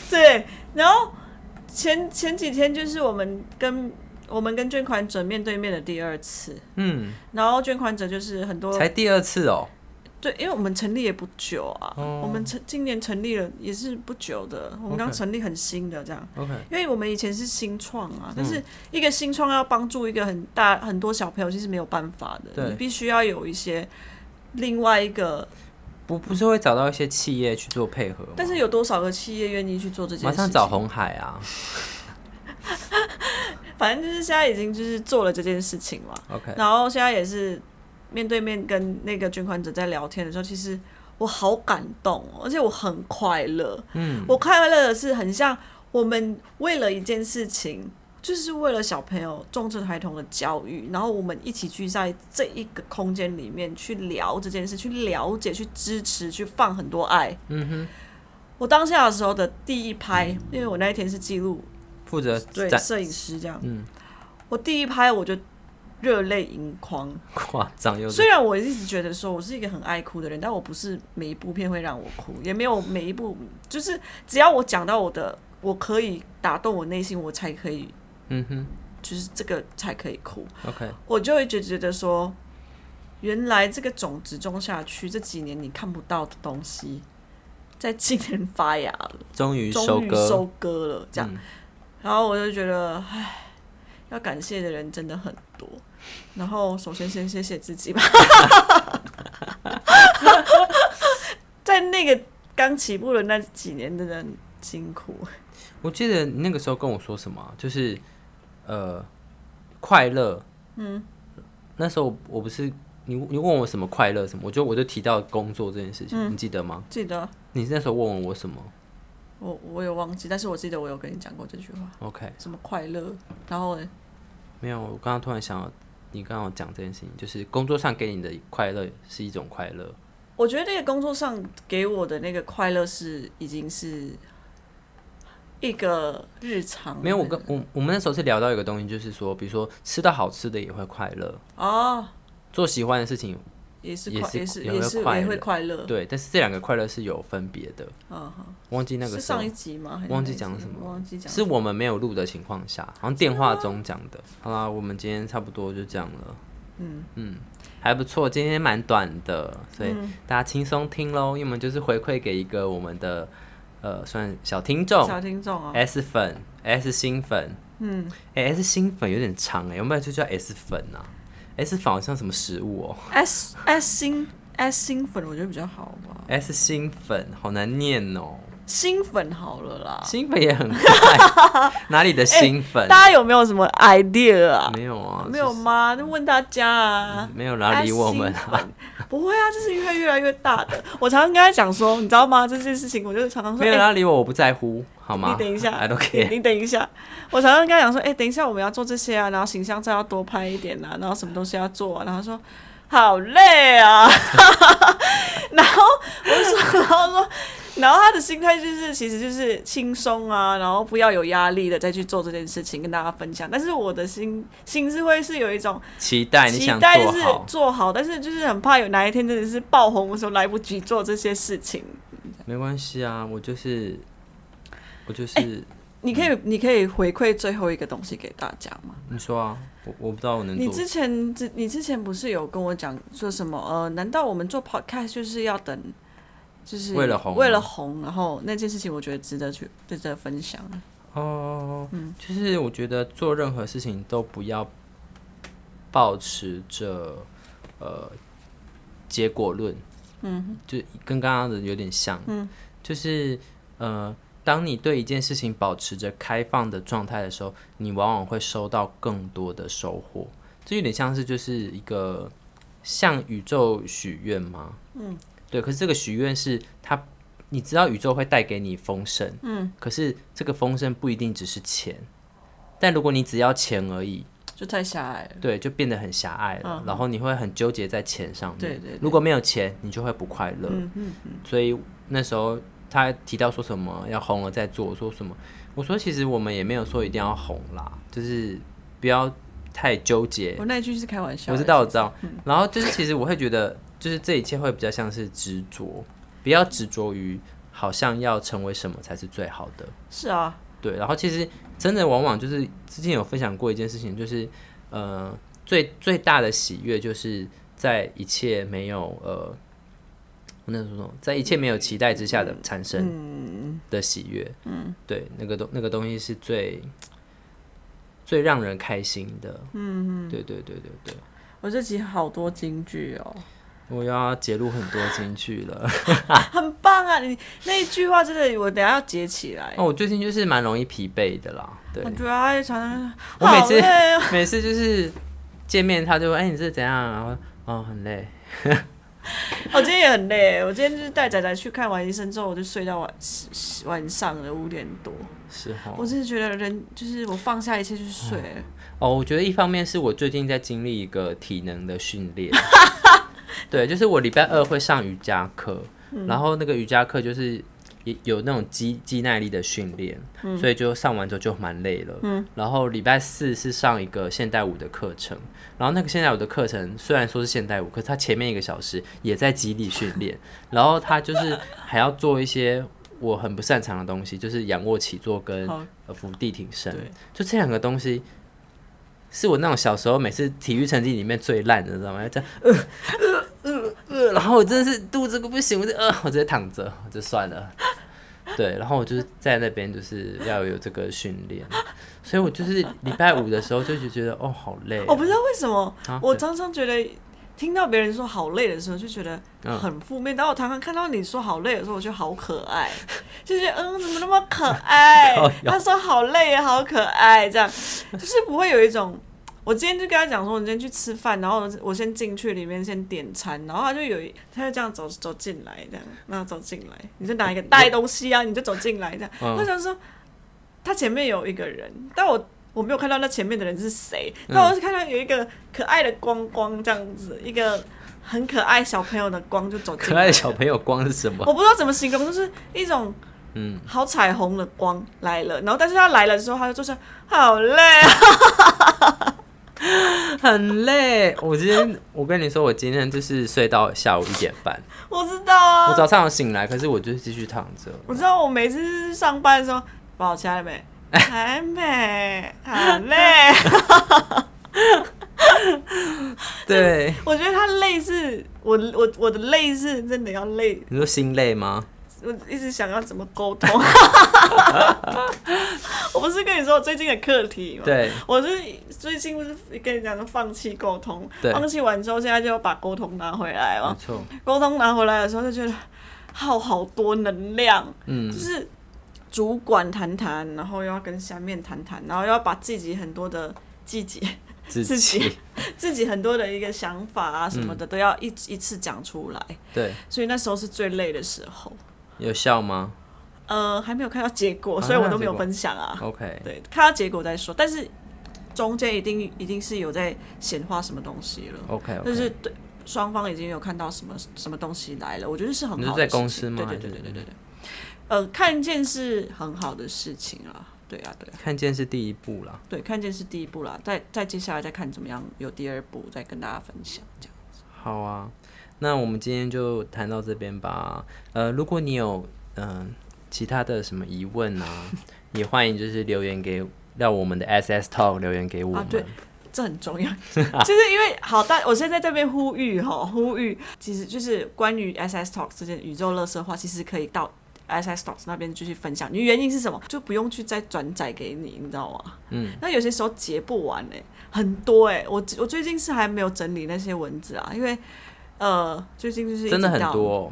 Speaker 2: 对，然后前前几天就是我们跟我们跟捐款者面对面的第二次，
Speaker 1: 嗯，
Speaker 2: 然后捐款者就是很多
Speaker 1: 才第二次哦，
Speaker 2: 对，因为我们成立也不久啊，我们成今年成立了也是不久的，我们刚
Speaker 1: OK
Speaker 2: 成立很新的这样。
Speaker 1: OK
Speaker 2: 因为我们以前是新创
Speaker 1: 嗯
Speaker 2: 啊，但是一个新创要帮助一个很大很多小朋友，其实没有办法的，
Speaker 1: 对
Speaker 2: 你必须要有一些另外一个，
Speaker 1: 不不是会找到一些企业去做配合吗，
Speaker 2: 但是有多少个企业愿意去做这件
Speaker 1: 马
Speaker 2: 事情？
Speaker 1: 上找红海啊。
Speaker 2: 反正就是现在已经就是做了这件事情嘛，
Speaker 1: OK，
Speaker 2: 然后现在也是面对面跟那个捐款者在聊天的时候，其实我好感动哦，而且我很快乐。嗯，我快乐的是很像我们为了一件事情，就是为了小朋友重症孩童的教育，然后我们一起聚在这一个空间里面去聊这件事，去了解、去支持、去放很多爱。嗯哼，我当下的时候的第一拍，因为我那一天是记录
Speaker 1: 负责
Speaker 2: 对
Speaker 1: 展
Speaker 2: 摄影师这样，
Speaker 1: 嗯
Speaker 2: 我第一拍我就热泪盈眶。
Speaker 1: 夸张又是
Speaker 2: 虽然我一直觉得说我是一个很爱哭的人，但我不是每一部片会让我哭，也没有每一部就是只要我讲到我的，我可以打动我内心，我才可以，
Speaker 1: 嗯哼
Speaker 2: 就是这个才可以哭，
Speaker 1: OK，
Speaker 2: 我就会觉觉得说，原来这个种子种下去，这几年你看不到的东西，在今年发芽了，
Speaker 1: 终于收
Speaker 2: 终于
Speaker 1: 割
Speaker 2: 收割了，这样。
Speaker 1: 嗯
Speaker 2: 然后我就觉得，唉，要感谢的人真的很多。然后首先先谢谢自己吧， 在那个刚起步的那几年真的很辛苦。
Speaker 1: 我记得你那个时候跟我说什么啊，就是呃快乐，嗯，那时候我不是你你问我什么快乐什么，我就我就提到工作这件事情，
Speaker 2: 嗯
Speaker 1: 你记得吗？
Speaker 2: 记得
Speaker 1: 你那时候问我什么
Speaker 2: 我我有忘记，但是我记得我有跟你讲过这句话，
Speaker 1: ？OK，
Speaker 2: 什么快乐，然后呢
Speaker 1: 没有，我刚刚突然想到你刚刚有讲这件事情，就是工作上给你的快乐是一种快乐，
Speaker 2: 我觉得那个工作上给我的那个快乐是已经是一个日常了。
Speaker 1: 没有我跟我我们那时候是聊到一个东西，就是说，比如说吃到好吃的也会快乐，
Speaker 2: 哦，
Speaker 1: 做喜欢的事情
Speaker 2: 也是
Speaker 1: 也
Speaker 2: 快
Speaker 1: 是
Speaker 2: 也是
Speaker 1: 也
Speaker 2: 也
Speaker 1: 会
Speaker 2: 是
Speaker 1: 快
Speaker 2: 也会
Speaker 1: 乐
Speaker 2: 快乐，
Speaker 1: 对，但是这两个快乐是有分别的。
Speaker 2: 嗯哼，
Speaker 1: 忘记那个
Speaker 2: 是
Speaker 1: 时候
Speaker 2: 上一集吗？还是
Speaker 1: 忘
Speaker 2: 哪
Speaker 1: 记
Speaker 2: 一
Speaker 1: 讲
Speaker 2: 集
Speaker 1: 什么
Speaker 2: 忘记讲
Speaker 1: 是我们没有录的情况下，好像电话中讲的。好啦，我们今天差不多就这样了。嗯嗯，还不错，今天蛮短的，所以
Speaker 2: 嗯
Speaker 1: 大家轻松听喽。因为我们就是回馈给一个我们的呃，算小听众
Speaker 2: 小听众哦，
Speaker 1: S 粉 S 新粉，嗯，哎、S 新粉有点长哎、我们就叫 S 粉啊？S 粉好像什么食物哦、
Speaker 2: S S 新 S 新粉我觉得比较好吧，
Speaker 1: s 新粉好难念哦、
Speaker 2: 新粉好了啦。
Speaker 1: 新粉也很快，哪里的新粉？
Speaker 2: 大家有没有什么 idea 啊？
Speaker 1: 没有啊，
Speaker 2: 没有吗？就问大家啊。
Speaker 1: 没有哪理我们
Speaker 2: 爱
Speaker 1: 啊
Speaker 2: 心，不会啊，这是越来越来越大的。我常常跟他讲说，你知道吗？这件事情，我就常常说，
Speaker 1: 没有
Speaker 2: 哎
Speaker 1: 哪理我，我不在乎，好吗？
Speaker 2: 你等一下
Speaker 1: ，I don't
Speaker 2: 你
Speaker 1: care。
Speaker 2: 你等一下，我常常跟他讲说，哎、等一下我们要做这些啊，然后形象照要多拍一点啊，然后什么东西要做啊，然后他说好累啊， 然后我就说，然后说，然后他的心态就是其实就是轻松啊，然后不要有压力的再去做这件事情，跟大家分享。但是我的心心是会是有一种
Speaker 1: 期待啊你
Speaker 2: 期
Speaker 1: 想
Speaker 2: 待，就
Speaker 1: 做
Speaker 2: 是
Speaker 1: 好，
Speaker 2: 做好，但是就是很怕有哪一天真的是爆红的时候来不及做这些事情。
Speaker 1: 没关系啊，我就是我就是，
Speaker 2: 你可以，你可以回馈最后一个东西给大家吗？
Speaker 1: 你说啊，我我不知道我能
Speaker 2: 你
Speaker 1: 做
Speaker 2: 之前之你之前不是有跟我讲说什么？呃，难道我们做 podcast 就是要等，就是
Speaker 1: 为了红吗
Speaker 2: 为了红？然后那件事情，我觉得值得去值得分享。
Speaker 1: 哦，就是我觉得做任何事情都不要保持着呃结果论，嗯，就跟刚刚的有点像，嗯，就是呃，当你对一件事情保持着开放的状态的时候，你往往会收到更多的收获。这有点像是就是一个向宇宙许愿吗？嗯，对。可是这个许愿是它，你知道宇宙会带给你丰盛，嗯，可是这个丰盛不一定只是钱。但如果你只要钱而已，
Speaker 2: 就太狭隘了。
Speaker 1: 对，就变得很狭隘了，然后你会很纠结在钱上面。
Speaker 2: 嗯对对对
Speaker 1: 如果没有钱，你就会不快乐。
Speaker 2: 嗯嗯，
Speaker 1: 所以那时候他提到说什么要红了再做，我说什么？我说其实我们也没有说一定要红啦，就是不要太纠结。
Speaker 2: 我那一句是开玩笑
Speaker 1: 我
Speaker 2: 的。
Speaker 1: 知道，我知道。
Speaker 2: 嗯
Speaker 1: 然后就是其实我会觉得，就是这一切会比较像是执着，不要执着于好像要成为什么才是最好的。
Speaker 2: 是啊，
Speaker 1: 对，然后其实真的往往就是之前有分享过一件事情，就是呃最最大的喜悦就是在一切没有呃那是什么，在一切没有期待之下的产生的喜悦，嗯，对，那个东那个东西是最最让人开心的，嗯，对对对对对，
Speaker 2: 我这集好多金句哦，
Speaker 1: 我要揭露很多金句了。
Speaker 2: 很棒啊！你那一句话真的，我等一下要截起来。
Speaker 1: 哦，我最近就是蛮容易疲惫的啦，对
Speaker 2: 我，觉得常常
Speaker 1: 我每次
Speaker 2: 好累哦
Speaker 1: 每次就是见面，他就会哎、你是怎样啊？然后哦很累，
Speaker 2: 我哦今天也很累。我今天就是带仔仔去看完医生之后，我就睡到晚晚上的五点多。
Speaker 1: 是
Speaker 2: 我
Speaker 1: 哦。
Speaker 2: 真的觉得人就是我放下一切去睡了。
Speaker 1: 哦，我觉得一方面是我最近在经历一个体能的训练，对，就是我礼拜二会上瑜伽课，然后那个瑜伽课就是也有那种肌肌耐力的训练，所以就上完之后就蛮累了。嗯，然后礼拜四是上一个现代舞的课程，然后那个现代舞的课程虽然说是现代舞，可是它前面一个小时也在基地训练， 然后它就是还要做一些。我很不擅长的东西就是仰卧起坐跟
Speaker 2: 好
Speaker 1: 呃伏地挺身
Speaker 2: 对，
Speaker 1: 就这两个东西，是我那种小时候每次体育成绩里面最烂的，知道吗？这样呃呃呃呃，然后我真的是肚子不行，我就呃，我直接躺着，我就算了。对，然后我就是在那边就是要有这个训练，所以我就是礼拜五的时候就觉得哦好累哦、
Speaker 2: 我不知道为什么，
Speaker 1: 啊
Speaker 2: 我
Speaker 1: 对
Speaker 2: 常常觉得听到别人说好累的时候，就觉得
Speaker 1: 嗯
Speaker 2: 很负面；当我常常看到你说好累的时候，我觉得好可 爱，就觉得嗯，怎么那么可爱
Speaker 1: 靠腰？
Speaker 2: 他说好累也好可 爱，这样就是不会有一种。我今天就跟他讲说，我今天去吃饭，然后我先进去里面先点餐，然后他就有一，他就这样走走进来，这样，然后走进来，你就拿一个带东西啊，你就走进来这样。
Speaker 1: 嗯
Speaker 2: 我想说，他前面有一个人，但我我没有看到那前面的人是谁，
Speaker 1: 嗯
Speaker 2: 但我是看到有一个可爱的光光这样子，一个很可爱小朋友的光就走进
Speaker 1: 可
Speaker 2: 来
Speaker 1: 爱
Speaker 2: 了
Speaker 1: 的小朋友光是什 么？
Speaker 2: 我不知道怎么形容，就是一种
Speaker 1: 嗯，
Speaker 2: 好彩虹的光来了，然后但是他来了之后，他就就是好累啊，
Speaker 1: 很累。我今天，我跟你说，我今天就是睡到下午一点半，
Speaker 2: 我知道啊，
Speaker 1: 我早上有醒来，可是我就是继续躺着。
Speaker 2: 我知道，我每次上班的时候，把我起来了没？还没，好累。
Speaker 1: 对，
Speaker 2: 我觉得他累是，我我我的累是真的要累，
Speaker 1: 你说心累吗？
Speaker 2: 我一直想要怎么沟 通。我不是跟你说我最近的课题吗？，
Speaker 1: 对，
Speaker 2: 我是最近不是跟你讲说放弃沟通，
Speaker 1: 对嗯
Speaker 2: 放弃完之后，现在就要把沟通拿回来
Speaker 1: 没
Speaker 2: 嘛。
Speaker 1: 错，
Speaker 2: 沟通拿回来的时候就觉得耗好多能量，
Speaker 1: 嗯
Speaker 2: 就是主管谈谈，然后又要跟下面谈谈，然后又要把自己很多的季节。
Speaker 1: 自
Speaker 2: 自
Speaker 1: 己
Speaker 2: 己 自己很多的一个想法啊什
Speaker 1: 嗯
Speaker 2: 么的，都要一一次讲出来，
Speaker 1: 对，
Speaker 2: 所以那时候是最累的时候。
Speaker 1: 有效吗
Speaker 2: 呃，还没有看到结果，
Speaker 1: 啊
Speaker 2: 所以我都没
Speaker 1: 还没有结果
Speaker 2: 有
Speaker 1: 哦
Speaker 2: 分享啊。
Speaker 1: ？OK，
Speaker 2: 对，看到结果再说，但是中间一定一定是有在显化什么东西了，
Speaker 1: 哦 OK，
Speaker 2: 就是
Speaker 1: OK，
Speaker 2: 对双方已经有看到什么什么东西来了，我觉得是很
Speaker 1: 你
Speaker 2: 好
Speaker 1: 是在
Speaker 2: 的事情。
Speaker 1: 公司吗？
Speaker 2: 对对对
Speaker 1: 还
Speaker 2: 对
Speaker 1: 是
Speaker 2: 对对对。呃，看见是很好的事情啊，对啊对啊
Speaker 1: 看见是第一步啦。
Speaker 2: 对，看见是第一步啦，再再接下来再看怎么样有第二步，再跟大家分享这样。
Speaker 1: 好啊，那我们今天就谈到这边吧。呃，如果你有嗯、呃其他的什么疑问啊， 也欢迎就是留言给到我们的 SS Talk 留言给我们。
Speaker 2: 啊对这很重要， 就是因为好，但我现在在这边呼吁哈，呼吁，其实就是关于 SS Talk 这件宇宙乐色话，其实可以到 SS Talk 那边继续分享。你原因是什么？就不用去再转载给你，你知道吗？
Speaker 1: 嗯，
Speaker 2: 那有些时候截不完哎、很多哎、我我最近是还没有整理那些文字啊，因为呃，最近就是一直
Speaker 1: 真的很
Speaker 2: 到，
Speaker 1: 多、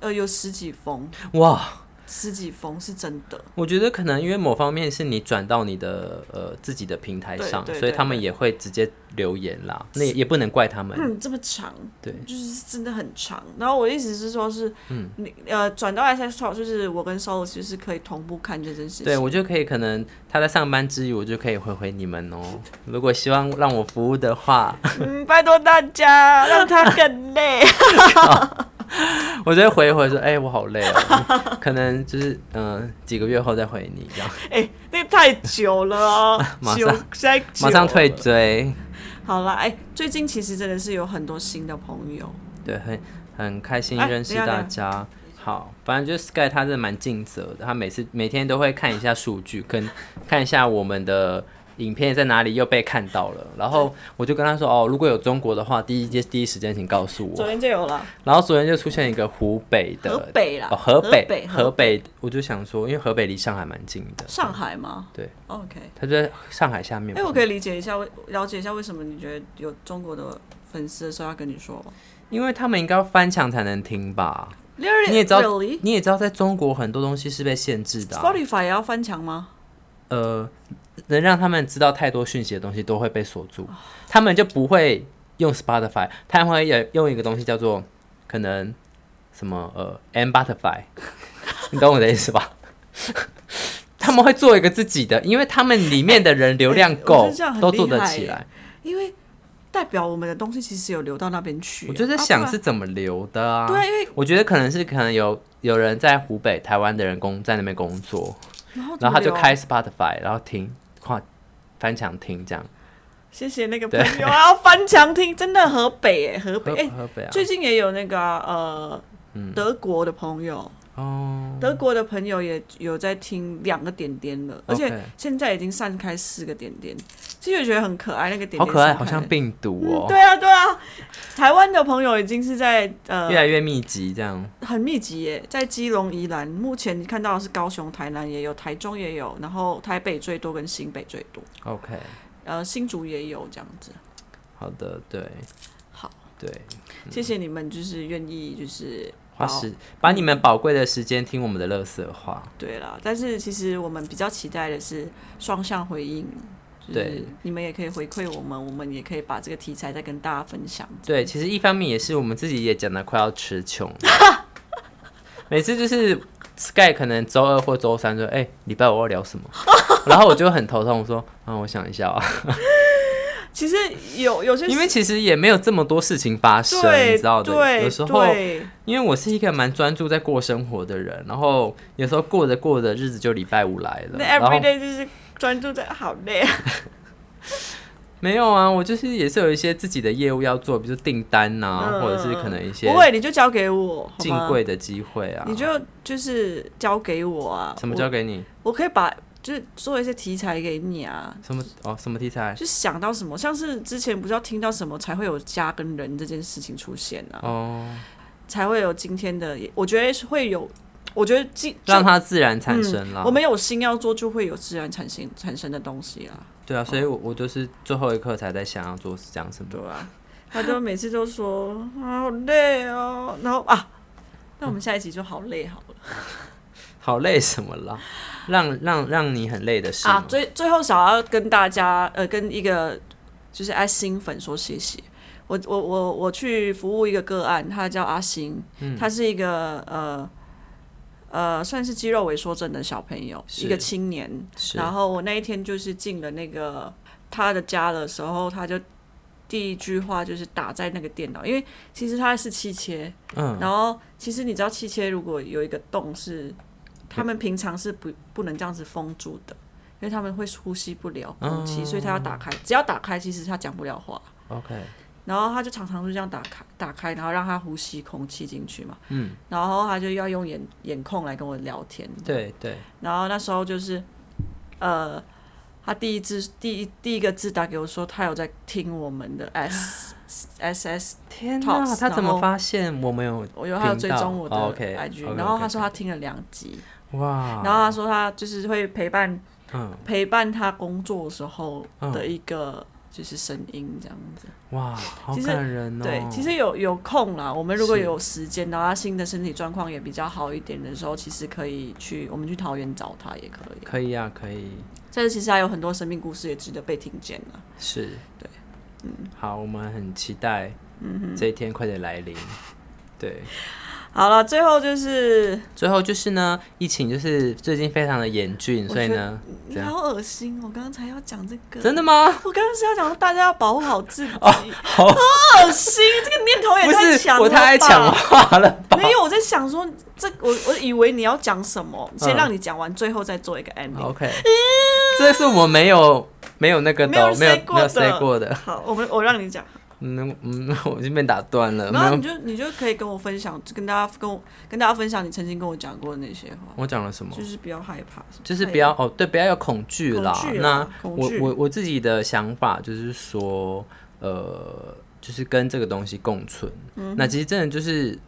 Speaker 2: 呃，有十几封，
Speaker 1: 哦、哇。
Speaker 2: 十几封是真的，
Speaker 1: 我觉得可能因为某方面是你转到你的呃自己的平台
Speaker 2: 对
Speaker 1: 上，
Speaker 2: 对
Speaker 1: 所以
Speaker 2: 对
Speaker 1: 他们
Speaker 2: 对
Speaker 1: 也会直接留言啦。那也也不能怪他们。
Speaker 2: 嗯，这么长，
Speaker 1: 对，嗯
Speaker 2: 就是真的很长。然后我的意思是说是，你呃转到 SS Talk，就是我跟 Solo 其实是可以同步看这件事情。
Speaker 1: 对，我就可以可能他在上班之余，我就可以回回你们哦。如果希望让我服务的话，
Speaker 2: 嗯，拜托大家让他更累。
Speaker 1: 我就会回一回说，哎、我好累哦， 可能就是嗯、呃几个月后再回你这样，
Speaker 2: 哎、那太久了哦
Speaker 1: 马，上
Speaker 2: 久太久了
Speaker 1: 马上退。追，
Speaker 2: 好啦，哎、最近其实真的是有很多新的朋友，
Speaker 1: 对，很很开心
Speaker 2: 哎
Speaker 1: 认识
Speaker 2: 等一下
Speaker 1: 大家。好，反正就是 Sky 他真的蛮尽责的，他每次每天都会看一下数据，跟看一下我们的影片在哪里又被看到了。然后我就跟他说，哦，如果有中国的话，第一件第一时间请告诉我
Speaker 2: 昨。天就有了。
Speaker 1: 然后昨天就出现一个湖北的，
Speaker 2: 河北啦
Speaker 1: 哦，河
Speaker 2: 河北
Speaker 1: 河
Speaker 2: 河
Speaker 1: 北，我就想说，因为河北离上海蛮近的，
Speaker 2: 上海吗？
Speaker 1: 对
Speaker 2: ，OK。
Speaker 1: 他就在上海下面。
Speaker 2: 哎、我可以理解一下，为了解一下为什么你觉得有中国的粉丝的时候要跟你说吗
Speaker 1: 因为他们应该要翻墙才能听吧？
Speaker 2: ？Really？
Speaker 1: 你也知道
Speaker 2: 哎 really?
Speaker 1: 你也知道，在中国很多东西是被限制的啊、
Speaker 2: Spotify 也要翻墙吗？
Speaker 1: 呃，能让他们知道太多讯息的东西都会被锁住，他们就不会用 Spotify，他们会有用一个东西叫做可能什么呃 M Butterfly，你 懂我的意思吧？ 他们会做一个自己的，因为他们里面的人流量
Speaker 2: 哎我觉得
Speaker 1: 够
Speaker 2: 这样，很
Speaker 1: 都做
Speaker 2: 厉
Speaker 1: 得
Speaker 2: 害
Speaker 1: 起
Speaker 2: 耶
Speaker 1: 来。
Speaker 2: 因为代表我们的东西其实有流到那边去。
Speaker 1: 我就在
Speaker 2: 啊
Speaker 1: 想是怎么留的啊？
Speaker 2: 不然对啊，因为
Speaker 1: 我觉得可能是可能有有人在湖北、台湾的人工在那边工作，
Speaker 2: 然后怎
Speaker 1: 然
Speaker 2: 么
Speaker 1: 后他就
Speaker 2: 流
Speaker 1: 开 Spotify，然后听跨翻墙听这样。
Speaker 2: 谢谢那个朋友啊，要翻墙听，真的河北哎、河北
Speaker 1: 河
Speaker 2: 哎、
Speaker 1: 河北啊，嗯
Speaker 2: 最近也有那个啊呃、德国的朋友，
Speaker 1: 哦，
Speaker 2: 德国的朋友也有在听两个点点了，而
Speaker 1: OK
Speaker 2: 且现在已经散开四个点点，其实我觉得很可爱，那个点
Speaker 1: 好
Speaker 2: 点
Speaker 1: 可爱，
Speaker 2: 散开
Speaker 1: 好像病毒哦，
Speaker 2: 对啊，对啊，台湾的朋友已经是在呃
Speaker 1: 越来越密集这样。
Speaker 2: 很密集耶，在基隆、宜兰，目前看到的是高雄、台南也有，台中也有，然后台北最多跟新北最多，
Speaker 1: OK，
Speaker 2: 呃，新竹也有这样子。
Speaker 1: 好的，对
Speaker 2: 好，
Speaker 1: 对，
Speaker 2: 谢谢你们，就是愿意就是
Speaker 1: 嗯花
Speaker 2: 包
Speaker 1: 时把你们宝贵的时间听我们的乐色话。
Speaker 2: 对啦，但是其实我们比较期待的是双向回应，就
Speaker 1: 对
Speaker 2: 是你们也可以回馈我们，我们也可以把这个题材再跟大家分享。
Speaker 1: 对，其实一方面也是我们自己也讲的快要吃穷 了，每次就是 Sky 可能周二或周三说，哎、礼拜五要聊什么， 然后我就很头痛，我说，嗯，我想一下啊，
Speaker 2: 其实有有些
Speaker 1: 嗯因为其实也没有这么多事情发生，你
Speaker 2: 对
Speaker 1: 知道的，
Speaker 2: 对
Speaker 1: 有时候
Speaker 2: 对
Speaker 1: 因为我是一个蛮专注在过生活的人，然后有时候过着过着日子就礼拜五来了，
Speaker 2: 那
Speaker 1: 然后
Speaker 2: every day 就是专注在好累啊，
Speaker 1: 没有啊，我就是也是有一些自己的业务要做，比如说订单呐、啊，或者是可能一些
Speaker 2: 嗯不会，你就交给我，好
Speaker 1: 进
Speaker 2: 吗
Speaker 1: 柜的机会啊。
Speaker 2: 你就就是交给我啊。
Speaker 1: 什么交给你？
Speaker 2: 我？我可以把就是做一些题材给你啊，
Speaker 1: 什么哦？什么题材？
Speaker 2: 就想到什么，像是之前不知道听到什么才会有家跟人这件事情出现啊，
Speaker 1: 哦，
Speaker 2: 才会有今天的，我觉得是会有，我觉得今
Speaker 1: 让它自然产生啦。
Speaker 2: 嗯我们有心要做，就会有自然产生产生的东西啊，
Speaker 1: 对啊，所以我我就是最后一刻才在想要做讲什么
Speaker 2: 对。啊，他就每次都说啊好累哦，然后啊，那我们下一集就好累好了
Speaker 1: 好累什么啦？让让让你很累的事
Speaker 2: 啊
Speaker 1: 吗。
Speaker 2: 最最后想要跟大家呃，跟一个就是爱心粉说谢谢。我我我我去服务一个个案，他叫阿星，
Speaker 1: 嗯
Speaker 2: 他是一个呃呃算是肌肉萎缩症的小朋友，
Speaker 1: 是
Speaker 2: 一个青年。
Speaker 1: 是
Speaker 2: 然后我那一天就是进了那个他的家的时候，他就第一句话就是打在那个电脑，因为其实他是气切，
Speaker 1: 嗯，
Speaker 2: 然后其实你知道气切如果有一个洞是，他们平常是不不能这样子封住的，因为他们会呼吸不了空
Speaker 1: 哦
Speaker 2: 气，所以他要打开，只要打开，其实他讲不了话。
Speaker 1: OK，
Speaker 2: 然后他就常常就这样打开打开，然后让他呼吸空气进去嘛。嗯。然后他就要用眼眼控来跟我聊天。
Speaker 1: 对对，
Speaker 2: 然后那时候就是，呃，他第一次第一第一个字打给我说，他有在听我们 的 S S S，
Speaker 1: 天
Speaker 2: 哪
Speaker 1: 哪，他怎
Speaker 2: 然
Speaker 1: 么
Speaker 2: 后
Speaker 1: 发现我没有？
Speaker 2: 我有还有追踪我的
Speaker 1: 哦，OK，
Speaker 2: IG，、
Speaker 1: OK，
Speaker 2: 然后他
Speaker 1: OK，
Speaker 2: 说他听了两集，
Speaker 1: 哇，
Speaker 2: 然后他说他就是会陪伴
Speaker 1: 嗯，
Speaker 2: 陪伴他工作的时候
Speaker 1: 嗯
Speaker 2: 的一个就是声音这样子。
Speaker 1: 哇，好
Speaker 2: 其实
Speaker 1: 感人哦。
Speaker 2: 对，其实有有空啦，我们如果
Speaker 1: 是
Speaker 2: 有时间，然后他新的身体状况也比较好一点的时候，其实可以去我们去桃园找他也可以。
Speaker 1: 可以啊，可以，
Speaker 2: 这其实还有很多生命故事也值得被听见啊。
Speaker 1: 是，对，嗯，好，我们很期待，嗯这一天快点来临。对，
Speaker 2: 好了，最后就是
Speaker 1: 最后就是呢，疫情就是最近非常的严峻，
Speaker 2: 我
Speaker 1: 所以
Speaker 2: 觉
Speaker 1: 呢，
Speaker 2: 你
Speaker 1: 怎样
Speaker 2: 好恶心！我刚才要讲这个，
Speaker 1: 真的吗？
Speaker 2: 我刚刚是要讲说大家要保护好自己，
Speaker 1: 好，
Speaker 2: 好恶心！这个念头也
Speaker 1: 不
Speaker 2: 太
Speaker 1: 是
Speaker 2: 强了
Speaker 1: 我
Speaker 2: 吧，
Speaker 1: 太爱抢话了 吧？
Speaker 2: 没有，我在想说，这我我以为你要讲什么，
Speaker 1: 嗯
Speaker 2: 先让你讲完，最后再做一个 ending。
Speaker 1: OK，这是我没有没有那个
Speaker 2: 没有
Speaker 1: 的哦，
Speaker 2: 人
Speaker 1: 没有
Speaker 2: say 过
Speaker 1: 没有
Speaker 2: 的
Speaker 1: say 过的。
Speaker 2: 好，我们我让你讲，
Speaker 1: 嗯嗯， 我已经被打断了。没
Speaker 2: 然后
Speaker 1: 有
Speaker 2: 你，就你就可以跟我分享，跟大家跟我跟大家分享你曾经跟我讲过的那些话，
Speaker 1: 嗯我讲了什么？
Speaker 2: 就是不要害怕，
Speaker 1: 就是不要哦，对，不要有恐惧啦。
Speaker 2: 哎恐惧啊啦
Speaker 1: 那
Speaker 2: 恐
Speaker 1: 我
Speaker 2: 惧
Speaker 1: 我我自己的想法就是说，呃，就是跟这个东西共存。
Speaker 2: 嗯
Speaker 1: 那其实真的就是。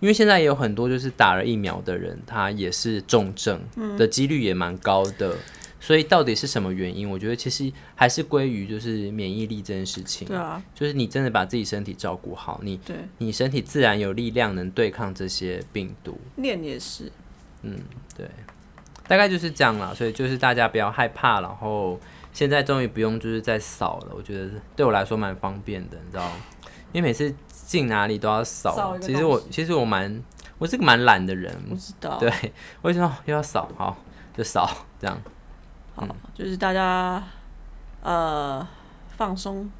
Speaker 1: 因为现在也有很多就是打了疫苗的人，他也是重症
Speaker 2: 嗯
Speaker 1: 的几率也蛮高的，所以到底是什么原因？我觉得其实还是归于就是免疫力这件事情。
Speaker 2: 对啊，
Speaker 1: 就是你真的把自己身体照顾好，你
Speaker 2: 对，
Speaker 1: 你身体自然有力量能对抗这些病毒。
Speaker 2: 念也是，
Speaker 1: 对，大概就是这样啦。所以就是大家不要害怕，然后现在终于不用就是再扫了，我觉得对我来说蛮方便的，你知道吗？因为每次进哪里都要
Speaker 2: 扫
Speaker 1: 扫
Speaker 2: 一，个
Speaker 1: 其实我其实我蛮我是个蛮懒的人，
Speaker 2: 我知道，
Speaker 1: 对，我就说哦又要扫，好就扫 这样。
Speaker 2: 好，
Speaker 1: 嗯
Speaker 2: 就是大家呃放松，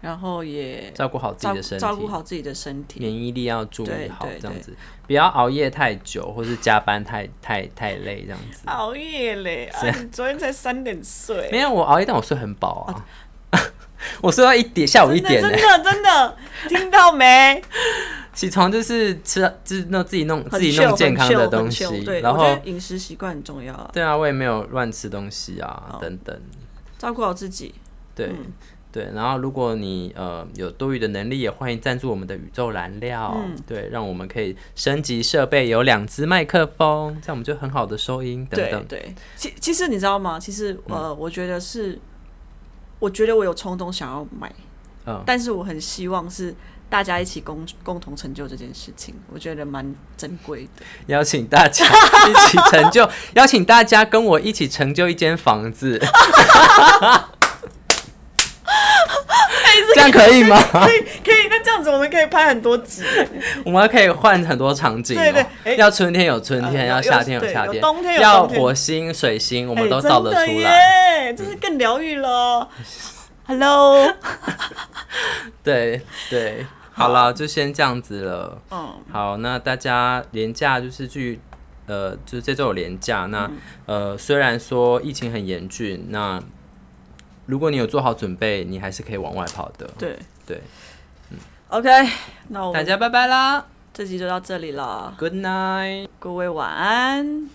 Speaker 2: 然后也
Speaker 1: 照顾好自
Speaker 2: 照
Speaker 1: 己的身体，
Speaker 2: 照顾好自己的身体。
Speaker 1: 免疫力要注
Speaker 2: 对
Speaker 1: 意好
Speaker 2: 对，
Speaker 1: 这样
Speaker 2: 对
Speaker 1: 子，不要熬夜太久，或是加班太太太累这样子。
Speaker 2: 熬夜嘞，啊，你昨天才三点睡，
Speaker 1: 没有我熬夜，但我睡很饱啊， 我睡到一点，下午一
Speaker 2: 哦真的
Speaker 1: 点呢、欸
Speaker 2: 真的真的，听到没？
Speaker 1: 起床就是吃，就是弄自己弄自
Speaker 2: 很
Speaker 1: 己
Speaker 2: chill，
Speaker 1: 弄健康
Speaker 2: 很
Speaker 1: 的
Speaker 2: chill，
Speaker 1: 东
Speaker 2: 很
Speaker 1: 西
Speaker 2: chill，，对，
Speaker 1: 然
Speaker 2: 我
Speaker 1: 后
Speaker 2: 觉得饮食习惯很重要啊，
Speaker 1: 对啊，我也没有乱吃东西啊，等等，
Speaker 2: 照顾好自己。
Speaker 1: 对。
Speaker 2: 嗯
Speaker 1: 对，然后如果你呃有多余的能力，也欢迎赞助我们的宇宙燃料，
Speaker 2: 嗯
Speaker 1: 对，让我们可以升级设备，有两只麦克风，这样我们就很好的收音等
Speaker 2: 对
Speaker 1: 等。嗯
Speaker 2: 对，其其实你知道吗？其实呃，我觉得是，我觉得我有冲动想要买，
Speaker 1: 嗯
Speaker 2: 但是我很希望是大家一起共共同成就这件事情，我觉得蛮珍贵 的。
Speaker 1: 邀请大家 一起成就，邀请大家跟我一起成就一间房子，这样可以吗？
Speaker 2: 哎 可以可以，那这样子我们可以拍很多集，
Speaker 1: 我们还可以换很多场景、哦，
Speaker 2: 对对哎
Speaker 1: 要春天有春天，
Speaker 2: 呃
Speaker 1: 要
Speaker 2: 有
Speaker 1: 夏天有
Speaker 2: 对
Speaker 1: 夏
Speaker 2: 有
Speaker 1: 天，
Speaker 2: 冬天有
Speaker 1: 要
Speaker 2: 冬天
Speaker 1: 火星、水星， 我
Speaker 2: 我
Speaker 1: 们都造得出来。嗯
Speaker 2: 来，哎耶，这是更疗愈 了。Hello，
Speaker 1: 对对，好了，就先这样子了。
Speaker 2: 嗯，
Speaker 1: 好，那大家廉假就是去，呃，
Speaker 2: 嗯
Speaker 1: 就是这周有廉假。那、呃，虽然说疫情很严峻，那如果你有做好准备，你还是可以往外跑的。
Speaker 2: 对
Speaker 1: 对，
Speaker 2: ，OK，那我
Speaker 1: 大
Speaker 2: 们
Speaker 1: 家拜拜啦
Speaker 2: 这集就到这里了，
Speaker 1: ，Good night。
Speaker 2: 各位晚安。